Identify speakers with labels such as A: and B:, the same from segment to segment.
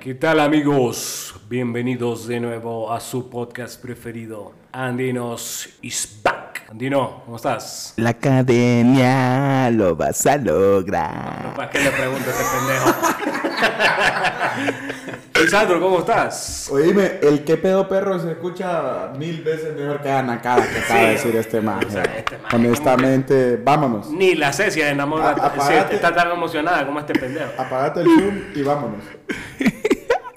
A: ¿Qué tal amigos? Bienvenidos de nuevo a su podcast preferido, Andinos is back. Andino, ¿cómo estás?
B: La academia lo vas a lograr.
A: ¿Para qué le pregunto a ese pendejo? Lisandro, ¿cómo estás?
B: Oíme, el que pedo perro se escucha mil veces mejor que Anacada que acaba de decir este man.
A: este man,
B: Honestamente, vámonos.
A: Ni la Ceci se enamora.
B: A-
A: sí,
B: apagate.
A: está tan emocionada como este pendejo.
B: Apagate el Zoom y vámonos.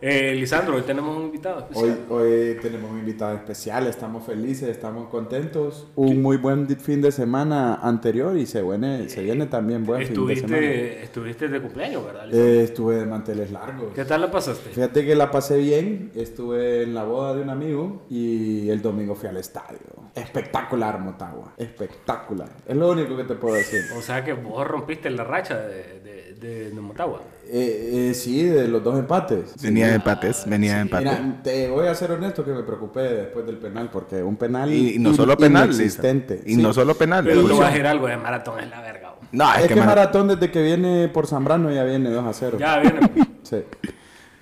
A: Eh, Lisandro, hoy tenemos un invitado especial.
B: Hoy, hoy tenemos un invitado especial, estamos felices, estamos contentos. Un muy buen di- fin de semana anterior y se, viene, se viene también buen fin de semana.
A: Eh, estuviste, estuviste de cumpleaños, ¿verdad? Lisandro?
B: Eh, estuve de manteles largos.
A: ¿Qué tal la pasaste?
B: Fíjate que la pasé bien, estuve en la boda de un amigo y el domingo fui al estadio. Espectacular, Motagua, espectacular. Es lo único que te puedo decir.
A: O sea que vos rompiste la racha de, de, de, de Motagua.
B: Eh, eh, sí, de los dos empates.
C: Venía de empates, venía de empates.
B: Mira, te voy a ser honesto que me preocupé después del penal, porque un penal
C: Y, y no
B: in-
C: solo penal.
B: inexistente.
C: Y
B: Sí.
C: no solo
B: Ah,
C: penal.
A: Pero te
C: pues,
A: voy a decir algo de maratón, es la verga. vos.
C: No,
B: es, que,
C: Mara-
B: Maratón desde que viene por Zambrano ya viene 2 a 0.
A: Ya viene.
B: Sí.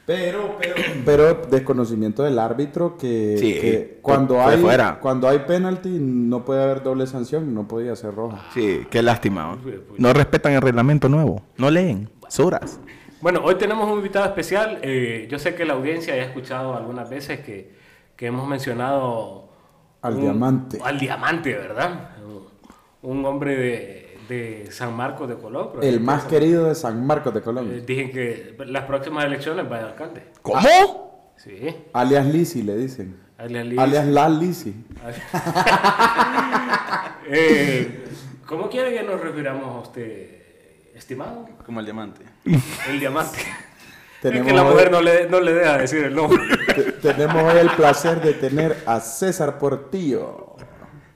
B: Pero, pero, pero desconocimiento del árbitro que,
C: Sí,
B: que
C: fue-
B: cuando
C: fue
B: hay
C: fuera.
B: cuando hay penalti no puede haber doble sanción, no podía ser
A: Ah,
B: roja.
C: Sí, qué lástima. ¿no? No respetan el reglamento nuevo. No leen. Suras.
A: Bueno, hoy tenemos un invitado especial. Eh, yo sé que la audiencia ya ha escuchado algunas veces que, que hemos mencionado...
B: Al
A: un-
B: diamante.
A: Al diamante, ¿verdad? Un hombre de, de San Marcos de Colón. pero-
B: El más querido de San Marcos de
A: Eh,
B: Colombia,
A: Dije que las próximas elecciones va el alcalde.
C: ¿Cómo?
A: Sí.
B: alias Lisi le dicen.
A: Alias Liz.
B: Alias la Lisi.
A: Eh, ¿Cómo quiere que nos refiramos a usted, estimado?
D: Como el diamante.
A: El diamante.
B: Tenemos
A: es que la
B: hoy-
A: mujer no le, no le deja decir el nombre.
B: Te- Tenemos hoy el placer de tener a César Portillo.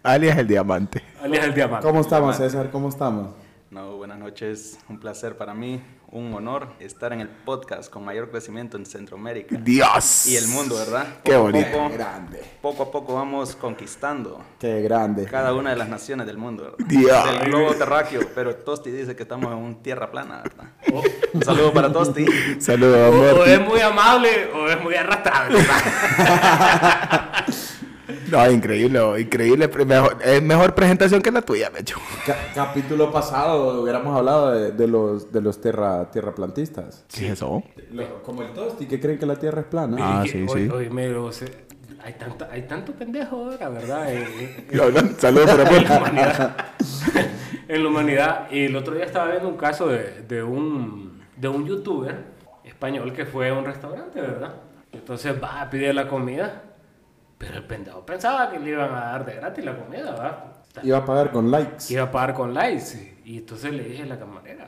C: Alias el diamante.
A: Alias el diamante.
B: ¿Cómo estamos, César? ¿Cómo estamos?
D: No, buenas noches. Un placer para mí, un honor estar en el podcast con mayor crecimiento en Centroamérica
C: Dios.
D: y el mundo, ¿verdad?
C: Qué
D: Poco a
C: bonito.
D: poco-
B: grande.
D: Poco a poco vamos conquistando
B: Qué grande.
D: cada una de las naciones del mundo. ¿verdad?
C: Dios.
D: Del globo terráqueo, pero Tosti dice que estamos en un tierra plana, ¿verdad? Un saludo para Tosti.
C: Saludos,
A: O, o
C: amor.
A: es muy amable o es muy arrastrable.
C: No, increíble, increíble. pre- Mejor, es mejor presentación que la tuya, Mecho.
B: Ca- capítulo pasado hubiéramos hablado de, de los, de los tierra, tierraplantistas.
C: ¿Qué es eso?
B: Lo- como el tosti, que creen que la tierra es plana.
C: Ah,
A: Y que
C: sí,
A: hoy-
C: sí.
A: hoy me lo sé. hay, tanto, hay tanto pendejo ahora, ¿verdad? Eh, eh,
C: No, no, Saludos, por
A: en la
C: amor.
A: humanidad. en la humanidad. Y el otro día estaba viendo un caso de, de un, de un youtuber español que fue a un restaurante, ¿verdad? Y Entonces va a pedir la comida, pero el pendejo pensaba que le iban a dar de gratis la comida, ¿verdad?
B: Iba a pagar con likes.
A: Iba a pagar con likes. Y entonces le dije a la camarera,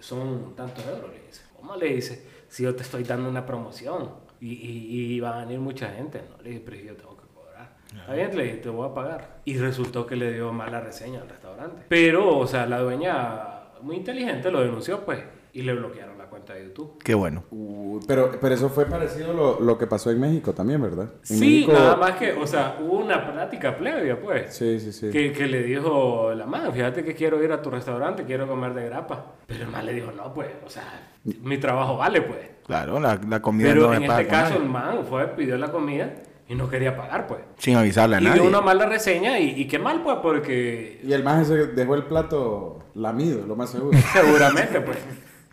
A: son tantos euros, le dice. ¿Cómo le dice? Si yo te estoy dando una promoción y, y, y va a venir mucha gente, ¿no? Le dije, pero yo tengo que cobrar. Está bien, le dije, te voy a pagar. Y resultó que le dio mala reseña al restaurante. Pero, o sea, la dueña, muy inteligente, lo denunció, pues, y le bloquearon la cuenta de YouTube.
C: Qué bueno.
B: Uh, pero, pero eso fue parecido a lo, lo que pasó en México también, ¿verdad? En
A: sí,
B: México-
A: nada más que, o sea, hubo una plática previa, pues.
B: Sí, sí, sí.
A: Que, que le dijo la man, fíjate que quiero ir a tu restaurante, quiero comer de grapa. Pero el man le dijo, no, pues, o sea, mi trabajo vale, pues.
C: Claro, la, la comida
A: Pero
C: no
A: en
C: es para
A: este caso el
C: comer.
A: man fue, pidió la comida y no quería pagar, pues.
C: Sin avisarle a
A: Y dio
C: nadie.
A: una mala reseña y, y qué mal, pues, porque
B: Y el más ese dejó el plato lamido, lo más seguro.
A: seguramente, pues.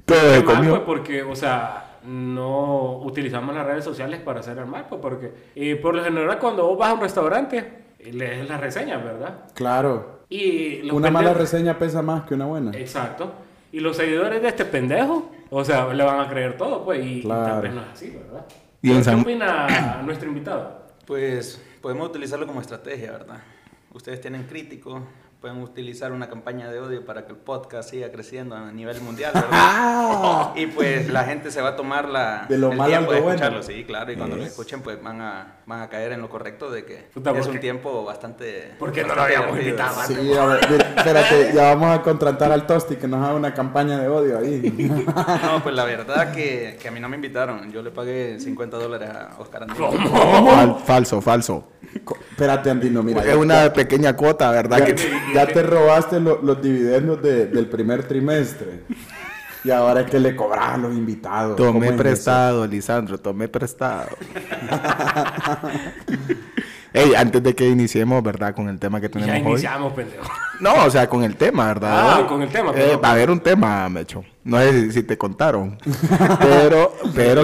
C: Todo
A: Qué
C: se
A: mal, pues,
C: comió.
A: porque, o sea, no utilizamos las redes sociales para hacer el mal, pues, porque eh, por lo general cuando vos vas a un restaurante, eh, lees las reseñas, ¿verdad?
B: Claro.
A: Y los
B: Una mala
A: pendejos-
B: reseña pesa más que una buena.
A: Exacto. Y los seguidores de este pendejo, o sea, le van a creer todo, pues, y, y tal
B: Claro.
A: vez no es así, ¿verdad?
C: Y en
A: ¿Qué
C: San-
A: opina nuestro invitado?
D: Pues podemos utilizarlo como estrategia, ¿verdad? Ustedes tienen críticos, pueden utilizar una campaña de odio para que el podcast siga creciendo a nivel mundial, ¿verdad?
B: Ah.
D: y pues la gente se va a tomar la,
B: De lo
D: el
B: malo
D: tiempo de
B: algo bueno.
D: escucharlo, sí, claro, y cuando lo escuchen pues van a, van a caer en lo correcto de que
A: Puta,
D: es
A: ¿por qué?
D: un tiempo bastante...
A: ¿Por qué no lo
D: bastante
A: habíamos
D: divertido.
A: invitado?
B: Sí, a ver, mira, espérate, ya vamos a contratar al Tosti que nos haga una campaña de odio ahí.
D: No, pues la verdad que, que a mí no me invitaron, yo le pagué 50 dólares a Oscar Andino.
C: Fal- oh, falso, falso.
B: Co- Espérate, Andino, mira.
C: es
B: ya-
C: una pequeña cuota, ¿verdad?
B: Ya,
C: Que
B: ya te robaste lo- los dividendos de- del primer trimestre. Y ahora es que le cobras a los invitados. ¿Cómo
C: Tomé
B: es eso?
C: prestado, Lisandro, tomé prestado. Ey, antes de que iniciemos, ¿verdad? Con el tema que tenemos
A: Ya
C: hoy.
A: iniciamos, pendejo.
C: No, o sea, con el tema, ¿verdad?
A: Ah,
C: Hoy,
A: con el tema,
C: eh,
A: perdón.
C: va a haber un tema, Mecho. No sé si, si te contaron. pero, pero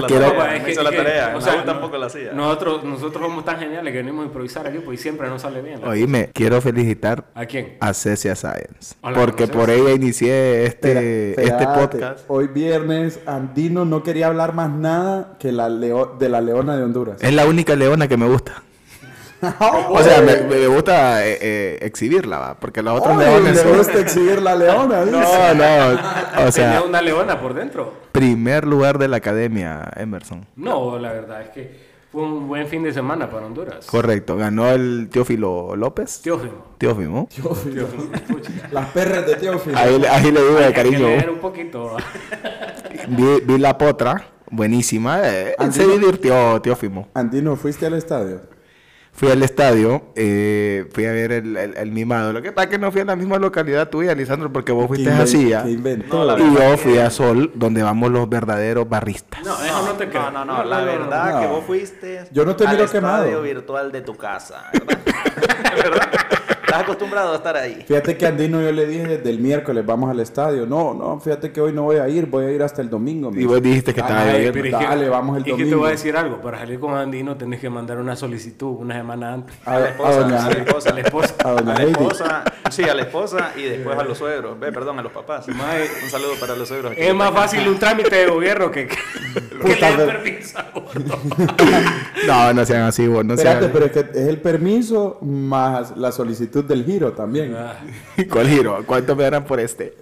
D: La
C: quiero.
A: pues, eh.
D: tarea. me hizo la tarea, la U tampoco la hacía.
A: Nosotros, nosotros somos tan geniales que venimos a improvisar aquí, pues y siempre nos sale bien.
C: Oíme, quiero felicitar
A: ¿A quién?
C: a Cecia Science.
A: Hola,
C: porque
A: ¿conoces?
C: por ella inicié este,
B: Espera-
C: este
B: espérate.
C: podcast.
B: Hoy viernes, Andino no quería hablar más nada que la leo- de la leona de Honduras.
C: Es la única leona que me gusta. O sea, me, me gusta eh, eh, exhibirla, va. Porque los otros
B: Ay,
C: leones.
B: le
C: son-
B: gusta exhibir la leona. dice.
C: No, no. O sea,
A: Tenía una leona por dentro.
C: primer lugar de la academia, Emerson.
A: No, la verdad es que fue un buen fin de semana para Honduras.
C: Correcto. Ganó el Teófilo López.
A: Teófimo.
C: Teófimo.
B: Teófilo.
A: Teófimo. Pucha.
B: Las perras de Teófilo.
C: Ahí, le- ahí le digo de
A: Hay que
C: cariño.
A: leer un poquito.
C: Vi, vi la potra, buenísima. eh,
B: Ah,
C: se
B: sí.
C: divirtió Teófimo.
B: Andino, ¿fuiste al estadio?
C: Fui al estadio, eh, fui a ver el, el- el mimado. Lo que pasa es que no fui a la misma localidad tuya, Lisandro, porque vos fuiste
B: Qué
C: a
B: inven-
C: Silla.
B: qué
C: Y
B: inventó.
D: No, la verdad.
C: yo fui a Sol, donde vamos los verdaderos barristas.
A: No, eso no te creo.
D: No, no, no, la verdad
B: no.
D: que vos fuiste
B: Yo no te
D: al
B: miro
D: estadio
B: quemado.
D: virtual de tu casa, ¿verdad? ¿Verdad? Estás acostumbrado a estar ahí.
B: Fíjate que a Andino yo le dije desde el miércoles vamos al estadio. No, no, fíjate que hoy no voy a ir, voy a ir hasta el domingo. me
C: Y vos dijiste que
B: Ay,
C: estaba lloviendo.
B: pero- Ah, Dale, vamos el
A: y que te
B: domingo.
A: voy a decir algo, para salir con Andino tenés que mandar una solicitud una semana antes.
B: A,
D: A la
B: a
D: esposa,
B: doña-
D: a la esposa.
A: A la esposa.
B: a doña
D: A la
B: Heidi.
D: esposa, sí, a la esposa y después a los suegros. Ve, perdón, a los papás. Un saludo para los suegros.
B: eh,
A: Es más fácil un trámite de gobierno que, que, que
B: Puta
A: le den
B: ver-
A: permiso a gordo.
C: No, no sean así vos, no
B: Espérate,
C: sean
B: pero es que es el permiso más la solicitud del giro también.
A: Ah,
C: ¿Cuál giro? ¿Cuánto me darán por este?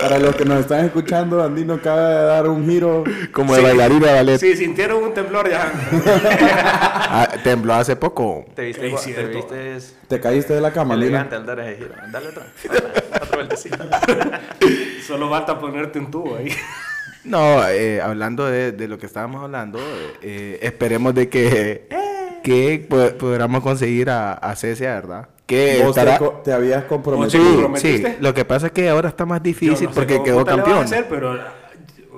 B: Para los que nos están escuchando, Andino acaba de dar un giro.
C: Como de bailarina de ballet.
A: Sí, sintieron un temblor ya.
C: Ah, tembló hace poco.
D: Te viste,
A: Es
D: gua- te
A: cierto.
D: viste
B: Te caíste de la cama,
D: elegante
B: Andino.
D: al dar ese giro. Dale otra. Otra vueltecita.
A: Solo falta ponerte un tubo ahí.
C: No, eh, hablando de, de lo que estábamos hablando, eh, eh, esperemos de que,
B: Eh.
C: que po- podamos conseguir a, a Cecia, ¿verdad? Que
B: Vos te,
C: Eh, estará...
B: co- te habías
C: Sí,
B: comprometido.
C: sí,
A: comprometiste?
C: lo que pasa es que ahora está más
A: Yo no
C: difícil
A: sé
C: porque
A: cómo
C: quedó
A: puta le vas a
C: campeón.
A: hacer, pero ah,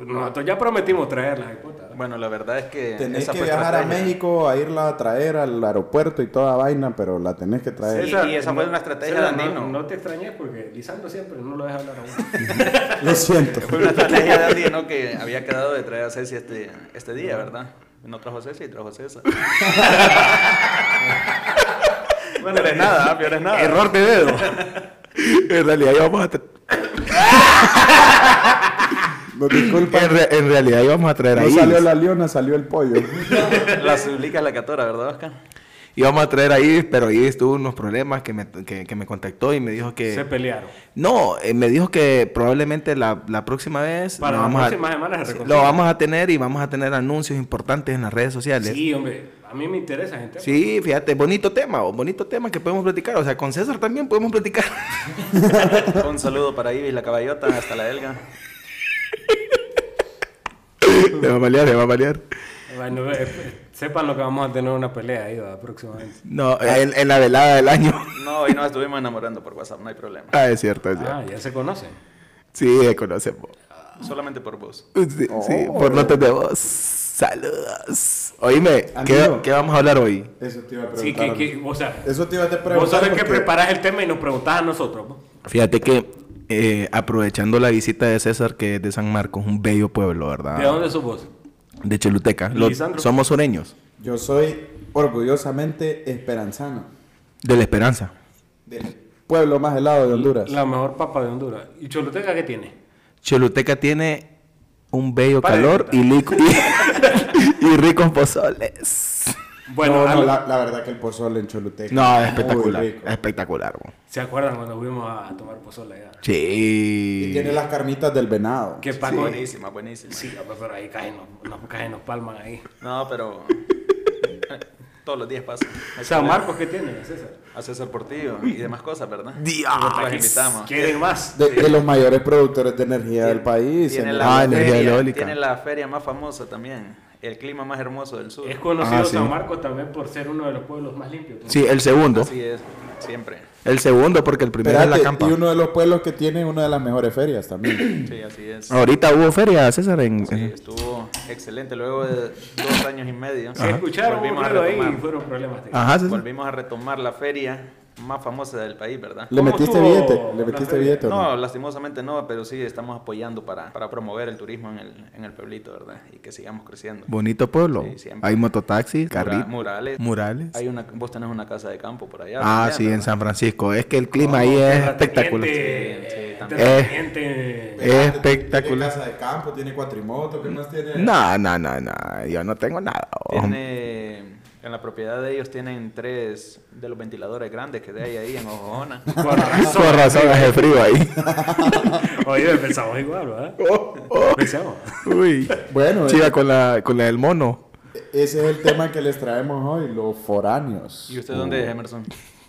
A: nosotros ya prometimos traerla. puta.
D: Bueno, la verdad es que.
B: Tenés
D: esa
B: que
D: fue
B: viajar a
D: estrategia.
B: México a irla a traer al aeropuerto y toda vaina, pero la tenés que traer.
D: Sí. y esa fue una estrategia de
A: no-
D: Andino.
A: No te extrañé porque Lisandro siempre no lo deja hablar a uno.
B: Lo siento.
D: Fue una estrategia de Andy, ¿no? Que había quedado de traer a Ceci este, este día, ¿verdad? No trajo a Ceci, trajo a César. bueno, peor es
B: eh,
D: nada, ah, peor es nada.
C: Error de dedo. en realidad íbamos a... tra-
B: Nos disculpa.
C: En, re- en realidad íbamos a traer a
B: No salió
C: Ibis.
B: la leona, salió el pollo.
D: La sublica es la catora, ¿verdad, Oscar?
C: Íbamos a traer a Ibis, pero Ibis tuvo unos problemas que me, que, que me contactó y me dijo que...
A: Se pelearon.
C: No, eh, me dijo que probablemente la, la próxima vez
A: Para
C: lo
A: la
C: vamos a-
A: próxima semana se
C: sí, lo
A: reconcilia.
C: vamos a tener y vamos a tener anuncios importantes en las redes sociales. Sí,
A: Sí, hombre. A mí me interesa, gente.
C: fíjate, bonito tema, oh, bonito tema que podemos platicar. O sea, con César también podemos platicar.
D: Un saludo para Ibis, la caballota, hasta la Elga.
C: le va a balear, le va a balear.
A: Bueno, eh, eh, sepan lo que vamos a tener una pelea ahí va, próximamente.
C: No, Ah, en, en la velada del año.
D: No, hoy nos estuvimos enamorando por WhatsApp, no hay problema.
C: ah, es cierto, es cierto.
A: Ah, ya se conocen.
C: Sí, eh, conocemos.
D: Solamente por vos.
C: Sí, sí, por notas de voz. Saludos. Oíme, ¿qué,
B: Amigo.
C: ¿qué vamos a hablar hoy?
B: Eso te iba a
A: Sí,
B: preguntar.
A: que, que, o sea,
B: Eso te iba a preguntar.
A: vos sabés que
B: porque-
A: preparás el tema y nos preguntás a nosotros. ¿no?
C: Fíjate que eh, aprovechando la visita de César, que es de San Marcos, un bello pueblo, ¿verdad?
A: ¿De dónde sos vos?
C: De Choluteca. Lo-
A: Lisandro.
C: somos sureños.
B: Yo soy orgullosamente esperanzano.
C: De la esperanza.
B: Del pueblo más helado de Honduras.
A: La mejor papa de Honduras. ¿Y Choluteca qué tiene?
C: Choluteca tiene un bello
A: Para de
C: calor y, lic- y, y ricos pozoles.
A: Bueno,
B: No, no,
A: algo-
B: la, la verdad que el pozole en Choluteca.
C: No, es
B: muy
C: espectacular.
B: rico.
C: Espectacular, bo.
A: ¿se acuerdan cuando fuimos a, a tomar pozole allá?
C: Sí.
B: Y tiene las carnitas del venado.
A: Que Paco... Sí,
D: Buenísima, buenísima.
A: hombre, pero ahí caen, nos, nos caen, nos palman ahí.
D: No, pero. Todos los días pasa. No hay
A: San
D: problema.
A: Marcos, ¿qué tiene, César? Ah,
D: A César Portillo y demás cosas, ¿verdad?
C: Dios.
D: Los invitamos.
A: ¿Quieren más?
B: De, de los mayores productores de energía del país.
D: Tiene
B: en-
C: la- Ah,
D: la,
C: energía
D: feria,
C: eólica.
D: tiene la feria más famosa también. el clima más hermoso del sur.
A: Es conocido
C: Ah, sí.
A: San Marcos también por ser uno de los pueblos más limpios. ¿no?
C: Sí, el segundo.
D: Así es, siempre.
C: El segundo, porque el primero es la
B: Espérate,
C: campa.
B: y uno de los pueblos que tiene una de las mejores ferias también.
D: Sí, así es.
C: Ahorita hubo feria, César, en...
D: Sí, estuvo excelente. Luego de dos años y medio,
A: Sí, escucharon un
D: volvimos, a
A: ruido ahí y
D: retomar,
A: fueron problemas técnicos.
C: Ajá, César.
D: volvimos a retomar la feria más famosa del país, ¿verdad?
B: ¿Le
A: ¿Cómo
B: metiste
A: estuvo
B: billete? ¿Le
A: la
B: metiste
A: feria?
B: billete o no?
D: No, lastimosamente no, pero sí estamos apoyando para, para promover el turismo en el, en el pueblito, ¿verdad? Y que sigamos creciendo.
C: Bonito pueblo.
D: Sí, siempre.
C: Hay mototaxis,
D: Mura-
C: carritos.
D: murales.
C: Murales.
D: Hay una, vos tenés una casa de campo por allá.
C: Ah,
D: también,
C: sí, en
D: ¿verdad?
C: San Francisco. Es que el clima Ah, ahí es espectacular.
A: Terrateniente,
D: Sí, sí, también.
A: terrateniente.
B: eh.
C: Espectacular.
B: Tiene casa de campo, tiene cuatrimoto, ¿qué más tiene?
C: No, no, no, no. Yo no tengo nada. oh.
D: Tiene, en la propiedad de ellos tienen tres de los ventiladores grandes que hay ahí en Ojona.
A: Con razón.
C: Por razón hace frío ahí.
A: Oye, pensamos igual, ¿verdad?
B: Oh.
A: Pensamos.
C: Uy.
B: Bueno,
C: Chiva
B: eh,
C: con la, con la del mono.
B: ese es el tema que les traemos hoy, los foráneos.
D: ¿Y usted dónde es, Emerson?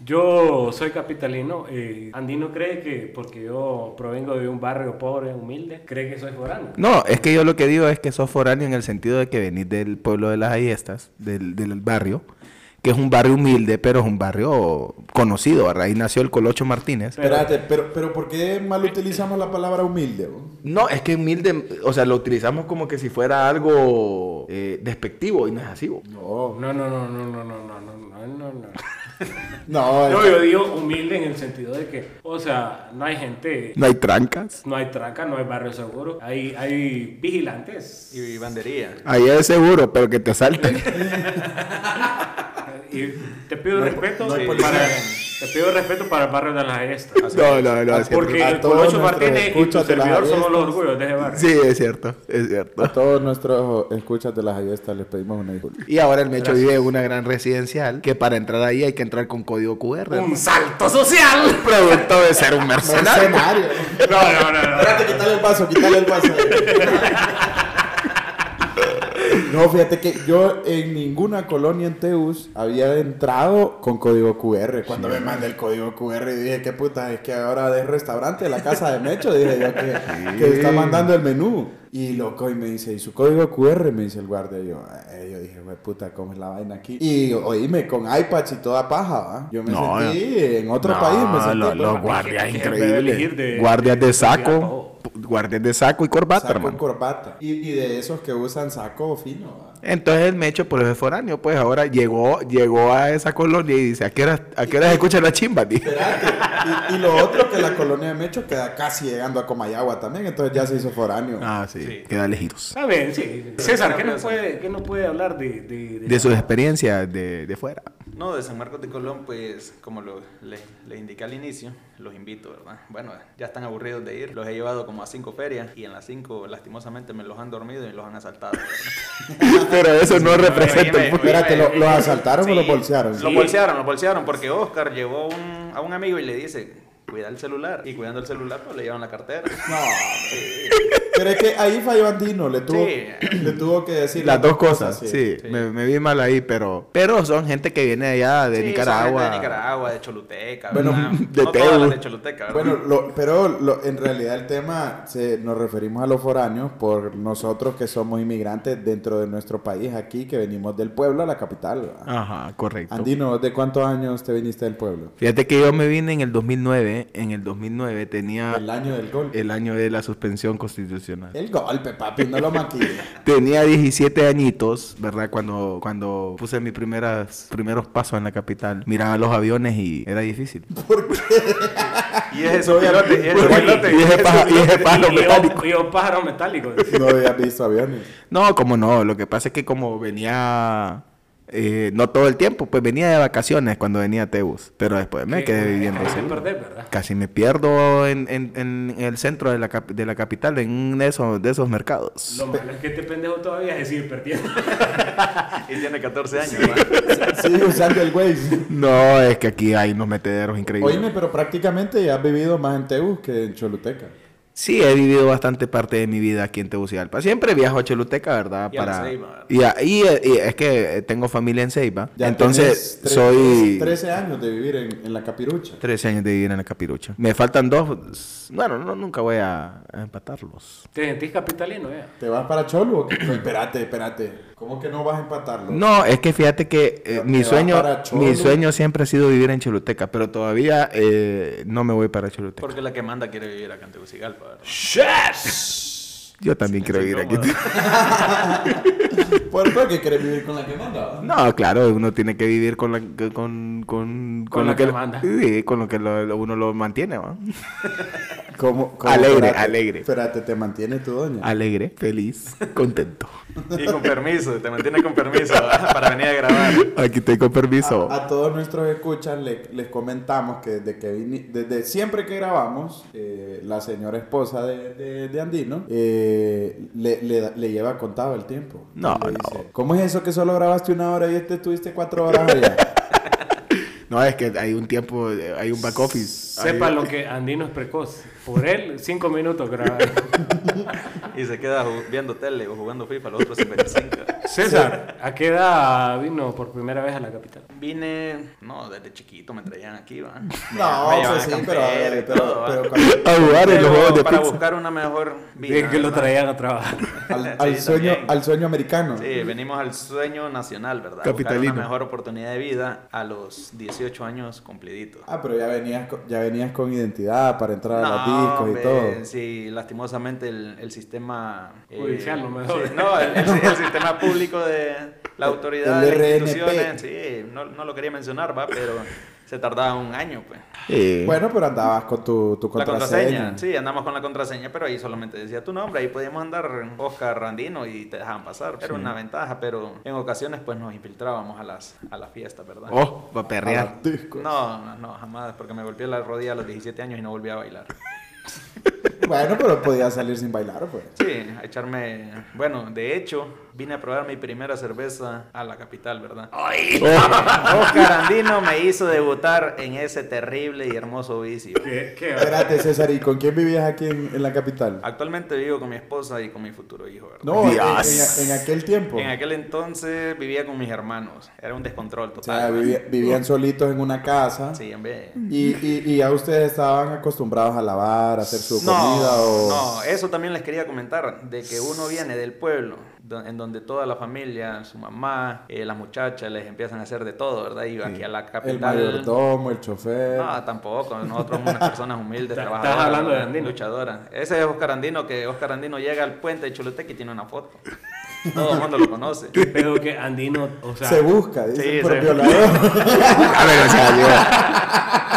A: Yo soy capitalino. eh, Andino cree que porque yo provengo de un barrio pobre, humilde, cree que soy foráneo.
C: No, es que yo lo que digo es que sos foráneo en el sentido de que venís del pueblo de las Ayestas, del, del barrio, que es un barrio humilde, pero es un barrio conocido, ¿verdad? Ahí nació el Colocho Martínez.
B: Espérate, pero, pero ¿por qué mal utilizamos la palabra humilde? vos?
C: No, es que humilde, o sea, lo utilizamos como que si fuera algo eh, despectivo y no es así. bo.
B: No,
A: No, no, no, no, no, no, no, no, no, no.
B: no,
A: No,
B: es-
A: yo digo humilde en el sentido de que, o sea, no hay gente,
C: No hay trancas.
A: no hay tranca, no hay barrio seguro, hay, hay vigilantes.
D: Y bandería.
C: Ahí es seguro, pero que te asalten.
A: Y te pido respeto
B: no hay
A: para,
B: policía.
A: te pido respeto para el barrio de las Ayestas.
C: no, no, no. es cierto.
A: Porque
B: a
A: el
B: todos
A: Colocho
B: nuestros
A: Martínez y tu
B: escuchas de las
A: servidor somos los
B: Ayestas.
A: orgullos de ese barrio.
C: Sí, es cierto, es cierto.
B: a todos nuestros escuchas de las ayestas les pedimos una disculpa.
C: Y ahora el Mecho vive en una gran residencial que para entrar ahí hay que entrar con código QR.
A: Un salto social.
C: producto de ser un mercenario.
B: Mercenario.
A: No, no, no, no.
B: Espérate, quítale el vaso, quítale el vaso. No, fíjate que yo en ninguna colonia en Teus había entrado con código QR. Cuando me mandé el código QR dije, qué puta, es que ahora del restaurante, de la casa de Mecho, dije yo que, que está mandando el menú. Y loco, y me dice, ¿y su código QR? Me dice el guardia. Y yo, eh, yo dije, güey, puta, ¿cómo es la vaina aquí? Y oíme, con iPads y toda paja, ¿va? Yo me
C: No,
B: sentí en otro
C: no,
B: país, me sentí.
C: lo-
B: como-
C: los guardias
A: que- que debe
C: increíbles.
A: elegir de-
C: guardias de
A: de-
C: saco. Guardias de saco y corbata,
B: saco
C: hermano.
B: y corbata. Y, y de esos que usan saco fino. ¿va?
C: Entonces el Mecho, por eso es foráneo, pues ahora llegó, llegó a esa colonia y dice, ¿a qué horas, a qué horas escuchan la chimba, tío?
B: Espérate. Y, y lo otro que la colonia de Mecho queda casi llegando a Comayagua también, entonces ya se hizo foráneo.
C: Ah, sí,
D: Sí.
C: queda lejitos.
A: Está bien, sí. César, ¿qué nos puede, qué nos puede hablar de, de, de-
C: De sus experiencias de, de fuera.
D: No, de San Marcos de Colón, pues como lo, les, les indiqué al inicio, los invito, ¿verdad? Bueno, ya están aburridos de ir, los he llevado como a cinco ferias y en las cinco lastimosamente me los han dormido y los han asaltado. ¿verdad?
C: Pero eso no representa
D: oíme,
C: el punto.
B: Espérate, pues, ¿lo- los asaltaron o
D: Sí,
B: los bolsearon?
D: Los
A: Sí.
D: bolsearon, los bolsearon porque Oscar llevó un- a un amigo y le dice, cuida el celular. Y cuidando el celular, pues le llevan la cartera.
B: No, hombre. pero es que ahí falló Andino, le tuvo,
D: Sí.
B: le tuvo que decir
C: Las dos cosas, sí.
D: sí.
C: Me, me vi mal ahí, pero... Pero son gente que viene allá de
D: Sí, son
C: Nicaragua.
D: gente De Nicaragua, de Choluteca.
B: Bueno,
D: ¿verdad?
C: de
D: no todas
C: Teu.
D: las de Choluteca, ¿verdad?
B: Bueno, lo- pero lo- en realidad el tema se, nos referimos a los foráneos por nosotros que somos inmigrantes dentro de nuestro país aquí, que venimos del pueblo a la capital. ¿va?
C: Ajá, correcto.
B: Andino, ¿de cuántos años te viniste del pueblo?
C: Fíjate que yo me vine en el 2009. En el 2009 tenía
B: El año del golpe.
C: el año de la suspensión constitucional.
B: Ah, El golpe, papi, no lo maquilla.
C: Tenía 17 añitos, ¿verdad? Cuando, cuando puse mis primeras, primeros pasos en la capital, miraba los aviones y era difícil.
B: ¿Por qué?
D: y es eso, pilote, y es eso,
C: Porque-
D: pilote.
C: y es paja- y es pájaro
A: y- y-
C: metálico.
A: y- y- y- pájaro metálico.
B: No habías visto aviones.
C: No, como no, lo que pasa es que como venía, eh, no todo el tiempo, pues venía de vacaciones cuando venía a Tebus, pero después me quedé
B: eh,
C: viviendo
A: Hay que
C: solo.
A: perder, ¿verdad?
C: Casi me pierdo en, en- en el centro de la, cap- de la capital, en un de esos, de esos mercados.
A: Lo malo es que este pendejo todavía se sigue perdiendo.
D: Y tiene 14 años, ¿verdad?
B: Sigue usando el Waze.
C: No, es que aquí hay unos metederos increíbles.
B: Oíme, pero prácticamente ya has vivido más en Teus que en Choluteca.
C: Sí, he vivido bastante parte de mi vida aquí en Tegucigalpa. Siempre viajo a Choluteca, ¿verdad?
D: Y a la Ceiba, ¿verdad?
C: y, a- y, eh, y es que tengo familia en Ceiba.
B: Ya
C: entonces,
B: tenés tre-
C: soy...
B: 13 años de vivir en, en la capirucha.
C: 13 años de vivir en la capirucha. Me faltan dos. Bueno, no, nunca voy a, a empatarlos.
A: ¿Te sentís capitalino, ya?
B: ¿Te vas para Cholo? o qué? Pues, espérate, espérate. ¿Cómo que no vas a empatarlo?
C: No, es que fíjate que eh,
B: Pero
C: mi
B: te vas
C: sueño
B: para Cholo.
C: mi sueño siempre ha sido vivir en Choluteca, pero todavía eh, no me voy para Choluteca.
D: Porque la que manda quiere vivir acá en Tegucigalpa, ¿verdad?
C: Yo también quiero vivir aquí.
B: ¿Por por qué querés vivir con la que manda?
C: No, claro, uno tiene que vivir con la que- con, con,
A: Con
C: lo
A: lo que
C: lo-
A: manda.
C: Sí, con lo que lo- lo- uno lo mantiene, ¿va?
B: ¿Cómo,
C: Alegre, alegre.
B: Espérate, te mantiene tu doña.
C: Alegre, feliz, contento.
D: Y con permiso, te mantiene con permiso ¿verdad? para venir a grabar.
C: Aquí tengo permiso.
B: A, a todos nuestros escuchas le- les comentamos que desde, que vini- desde siempre que grabamos, eh, la señora esposa de, de- de Andino eh, le, le- le lleva contado el tiempo.
C: No,
B: Y le
C: no.
B: ¿Cómo es eso que solo grabaste una hora y este estuviste cuatro horas allá? ah.
C: No, es que hay un tiempo, eh, hay un back office. Hay-
A: Sepa lo que Andino es precoz. Por él, cinco minutos graba.
D: Y se queda ju- viendo tele o jugando FIFA, los otros se benefician.
A: César, ¿a qué edad vino por primera vez a la capital?
D: Vine, no, desde chiquito me traían aquí, ¿va? Me-
B: No,
D: me llevaban
B: pues
D: a
B: sí, pero,
D: campear y
B: pero-
D: todo, ¿va?
B: pero cuando-
C: A jugar en los
D: Pero
C: juegos de
D: para
C: pizza.
D: buscar una mejor vida.
A: Bien que lo
D: ¿verdad?
A: traían a trabajar.
B: al, al
D: Sí,
B: sueño,
D: también.
B: al sueño americano.
D: Sí, venimos al sueño nacional, ¿verdad?
C: Capitalino.
D: Buscar una mejor oportunidad de vida a los 18 años cumpliditos.
B: Ah, pero ya venías, con, ya venías con identidad para entrar a los
D: No,
B: discos y
D: hombre,
B: todo.
D: Sí, lastimosamente el, el sistema... eh,
A: Judicial, lo mejor.
D: sí, no, el, el- el sistema público de la autoridad,
B: El
D: de las
B: RNP.
D: instituciones, sí, no, no lo quería mencionar, va, pero se tardaba un año, pues.
C: Eh,
B: Bueno, pero andabas con tu, tu
D: La
B: contraseña.
D: contraseña, sí, andamos con la contraseña, pero ahí solamente decía tu nombre, ahí podíamos andar Oscar Randino y te dejaban pasar. Era una ventaja, pero en ocasiones pues nos infiltrábamos a las, a las fiestas, ¿verdad?
C: Oh, va a
B: A
C: perrear.
B: los discos.
D: No, no, no, jamás, porque me golpeé la rodilla a los 17 años y no volví a bailar.
B: Bueno, pero podía salir sin bailar, pues.
D: Sí, a echarme... Bueno, de hecho, vine a probar mi primera cerveza a la capital, ¿verdad?
B: Oh.
D: Oscar Randino me hizo debutar en ese terrible y hermoso vicio.
A: ¿Qué, qué va?
B: Espérate, César, ¿y con quién vivías aquí en, en la capital?
D: Ah, Actualmente vivo con mi esposa y con mi futuro hijo, ¿verdad?
B: No, en,
C: Dios.
B: en- en aquel tiempo.
D: En aquel entonces vivía con mis hermanos. Era un descontrol
B: O sea,
D: total.
B: vivía- vivían solitos en una casa.
D: Sí, en vez.
B: Y, y, y ya ustedes estaban acostumbrados a lavar, a hacer su comida o...
D: no, eso también les quería comentar, de que uno viene del pueblo, do- en donde toda la familia, su mamá, eh, las muchachas les empiezan a hacer de todo, ¿verdad? Y aquí a la
B: El
D: capital... Ah,
B: mayordomo, el chofer.
D: No, tampoco. Nosotros somos unas personas humildes,
A: Estás
D: trabajadoras.
A: hablando de
D: ¿verdad?
A: Andino.
D: Luchadoras. Ese es Oscar Andino, que Oscar Andino llega al puente de Choluteca y tiene una foto. Todo el mundo lo conoce.
A: Pero que Andino, o sea,
B: se busca, dicen,
D: Sí,
B: por
D: se-
B: violador.
C: A ver, o sea,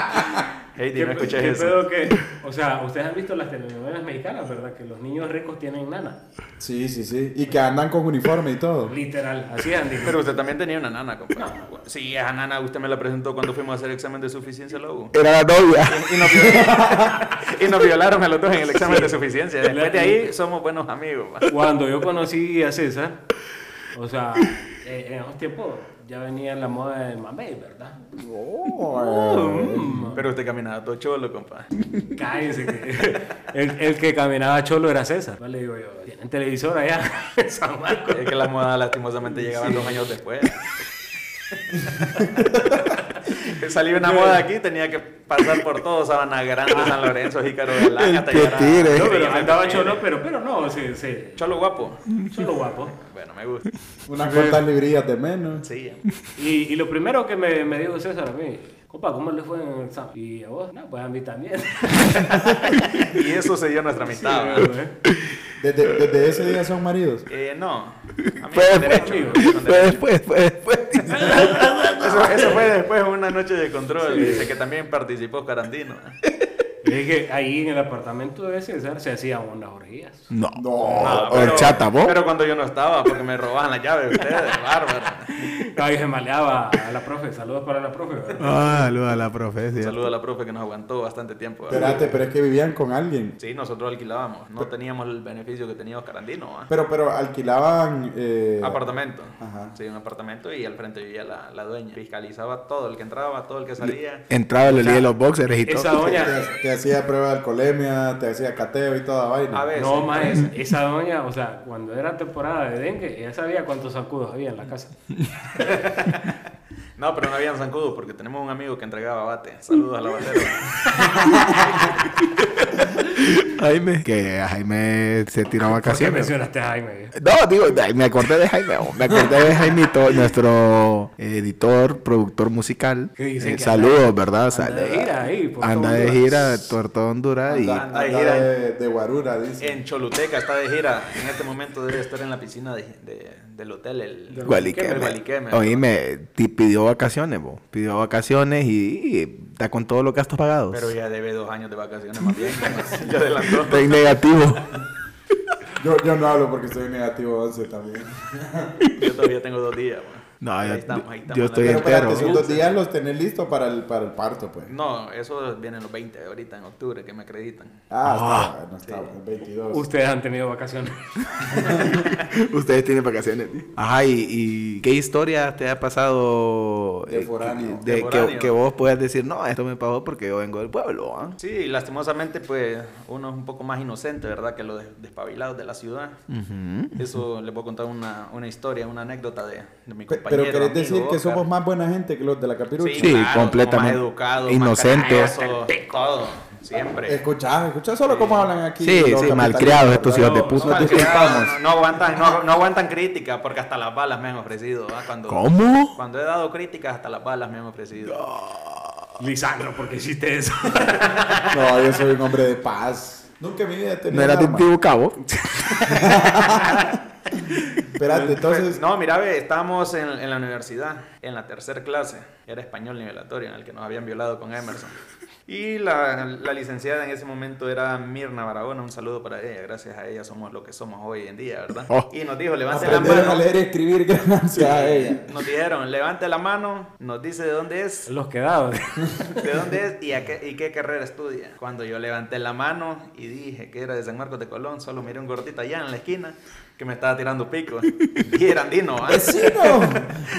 D: Heidi,
A: ¿qué-
D: no escuches
A: qué
D: eso.
A: pedo que- o sea, ustedes han visto las telenovelas mexicanas, ¿verdad? Que los niños ricos tienen nana.
B: sí, sí, sí. Y que andan con uniforme y todo.
A: Literal, así es Andino.
D: Pero usted también tenía una nana, compadre. Sí, esa nana usted me la presentó cuando fuimos a hacer examen de suficiencia luego.
C: yo- era la novia.
D: Y nos, viol- y nos violaron a los dos en el examen de suficiencia. Después de ahí somos buenos amigos. pa.
A: Cuando yo conocí a César, o sea, eh, en esos tiempos ya venía la moda del mamey, ¿verdad?
B: Oh,
A: Mm.
D: Pero usted caminaba todo cholo, compadre.
A: Cállense. que- el, el que caminaba cholo era César. Le digo yo, tienen televisor allá en San Marcos.
D: Es que las modas lastimosamente llegaban dos años después. Salía una moda aquí, tenía que pasar por todo Sabana Grande, San Lorenzo, Jícaro de
C: El
D: Langa, hasta llegar a-
C: Petire.
A: No, pero
D: Peña
A: andaba
D: Petire.
A: cholo, pero, pero no, sí, sí.
D: Cholo guapo.
A: Cholo guapo.
D: Bueno, me gusta.
B: Unas cuantas librillas de menos.
D: Sí.
A: Y, y lo primero que me, me dijo César a mí, compa, ¿cómo le fue en el examen? Y a vos, no, pues a mí también.
D: Y eso se dio nuestra amistad. ¿verdad?
B: Desde, desde ese día son maridos.
D: Eh, no. A mí
C: Fue después,
D: con derecho, con
C: fue
D: derecho.
C: después, fue después.
D: Eso, eso fue después de una noche de control. Dice que también participó Carandino.
A: Es que ahí en el apartamento de César se hacían unas orgías.
C: No.
B: No.
A: Ah,
C: Ah,
D: Ah,
C: horchata, ¿vos?
D: Pero cuando yo no estaba, porque me robaban la llave ustedes, bárbaro.
A: Ahí se maleaba a la profe. Saludos para la profe. ¿verdad?
C: Ah, saluda a la profe.
D: Un
C: sí.
D: saludo a la profe que nos aguantó bastante tiempo. ¿verdad?
B: Espérate, pero es que vivían con alguien.
D: Sí, nosotros alquilábamos. No teníamos el beneficio que tenía Oscar Andino. ¿va?
B: Pero, pero alquilaban. eh,
D: Apartamento.
B: Ajá.
D: Sí, un apartamento y al frente vivía la, la dueña. Fiscalizaba todo el que entraba, todo el que salía.
C: Entraba, le leía los boxers y
A: Esa
C: todo.
B: Te,
A: doña.
B: te hacía prueba de alcoholemia, te hacía cateo y toda vaina.
D: A ver.
A: No, más esa doña, o sea, cuando era temporada de dengue, ella sabía cuántos sacudos había en la casa.
D: No, pero no habían zancudo porque tenemos un amigo que entregaba bate. Saludos a la batera.
C: Jaime. Que Jaime se tiró a
A: ¿Por qué
C: vacaciones.
A: mencionaste a Jaime? ¿eh?
C: No, digo, ay, me acordé de Jaime, oh, me acordé de Jaimito, nuestro editor, productor musical. Eh,
A: Que dicen que
C: saludos, ¿verdad? Sal-
A: anda de gira ahí, por
C: Anda
A: todo
C: de
A: Honduras.
C: gira por todo Honduras y
B: Anda,
D: Anda de
B: anda
D: gira.
B: de, de guarura, dice.
D: En Choluteca está de gira. En este momento debe estar en la piscina de- de- del hotel. El...
C: Gualiqueme.
D: Gualiqueme.
C: Oíme, ti- pidió vacaciones, vos. Pidió vacaciones y, y está con todos los gastos pagados.
D: Pero ya debe dos años de vacaciones más bien. Ya adelantó.
C: Está en negativo.
B: Yo, yo no hablo porque soy negativo 11 también.
D: Yo todavía tengo dos días. güey.
C: No,
D: Ahí
C: yo-
D: estamos, ahí estamos.
C: yo
D: la
C: estoy
B: Pero
D: verdad.
B: espérate,
C: entero.
B: esos dos días los tenés listos para el, para el parto, pues.
D: No, eso vienen los 20 ahorita en octubre que me acreditan.
B: Ah, está, no está, el 22.
A: Ustedes han tenido vacaciones.
C: Ustedes tienen vacaciones. Ajá, y, y ¿qué historia te ha pasado?
B: De
C: eh,
B: foráneo.
C: de-
D: De
C: que- que,
D: foráneo.
C: vos puedas decir, no, esto me pasó porque yo vengo del pueblo, ¿ah?"
D: Sí, lastimosamente, pues uno es un poco más inocente, ¿verdad? Que los des- despabilados de la ciudad.
C: Ujú.
D: Eso les voy a contar una, una historia, una anécdota de, de mi
B: Pe-
D: compañero.
B: Pero querés
D: amigo
B: decir que
D: Oscar.
B: somos más buena gente que los de la capirucha.
C: Sí,
D: somos
C: completamente
D: Más educados,
C: inocentes.
D: más cariñosos, todo, siempre.
B: Escuchá, escuchá solo cómo hablan aquí.
C: Sí,
B: los
C: sí,
B: capitalistas,
C: malcriados estos hijos
B: ¿verdad?
C: de
D: No,
C: puta.
D: mal
C: Nos
D: que-
C: disculpamos.
D: no- no aguantan, no, no aguantan crítica porque hasta las balas me han ofrecido. ¿ah? Cuando,
C: ¿Cómo?
D: Cuando he dado críticas, hasta las balas me han ofrecido.
A: Lisandro, ¿por qué hiciste eso?
B: No, yo soy un hombre de paz. Nunca en mi vida he tenido
C: No era tu
B: un arma.
C: tío cabo.
B: Espérate, entonces...
D: Pues, no, mira, ve, estábamos en, en la universidad, en la tercera clase. Era español nivelatorio, en el que nos habían violado con Emerson. Y la, la licenciada en ese momento era Mirna Barahona. Un saludo para ella. Gracias a ella somos lo que somos hoy en día, ¿verdad?
C: Oh.
D: Y nos dijo, levante la
B: Aprendieron a
D: mano.
B: leer y escribir gracias a ella.
D: Nos dijeron, levante la mano, nos dice de dónde es,
A: Los quedados.
D: de dónde es y, a qué, y qué carrera estudia. Cuando yo levanté la mano y dije que era de San Marcos de Colón, solo miré un gordito allá en la esquina que me estaba tirando pico. Y era andino,
C: Pues
D: ¿ah?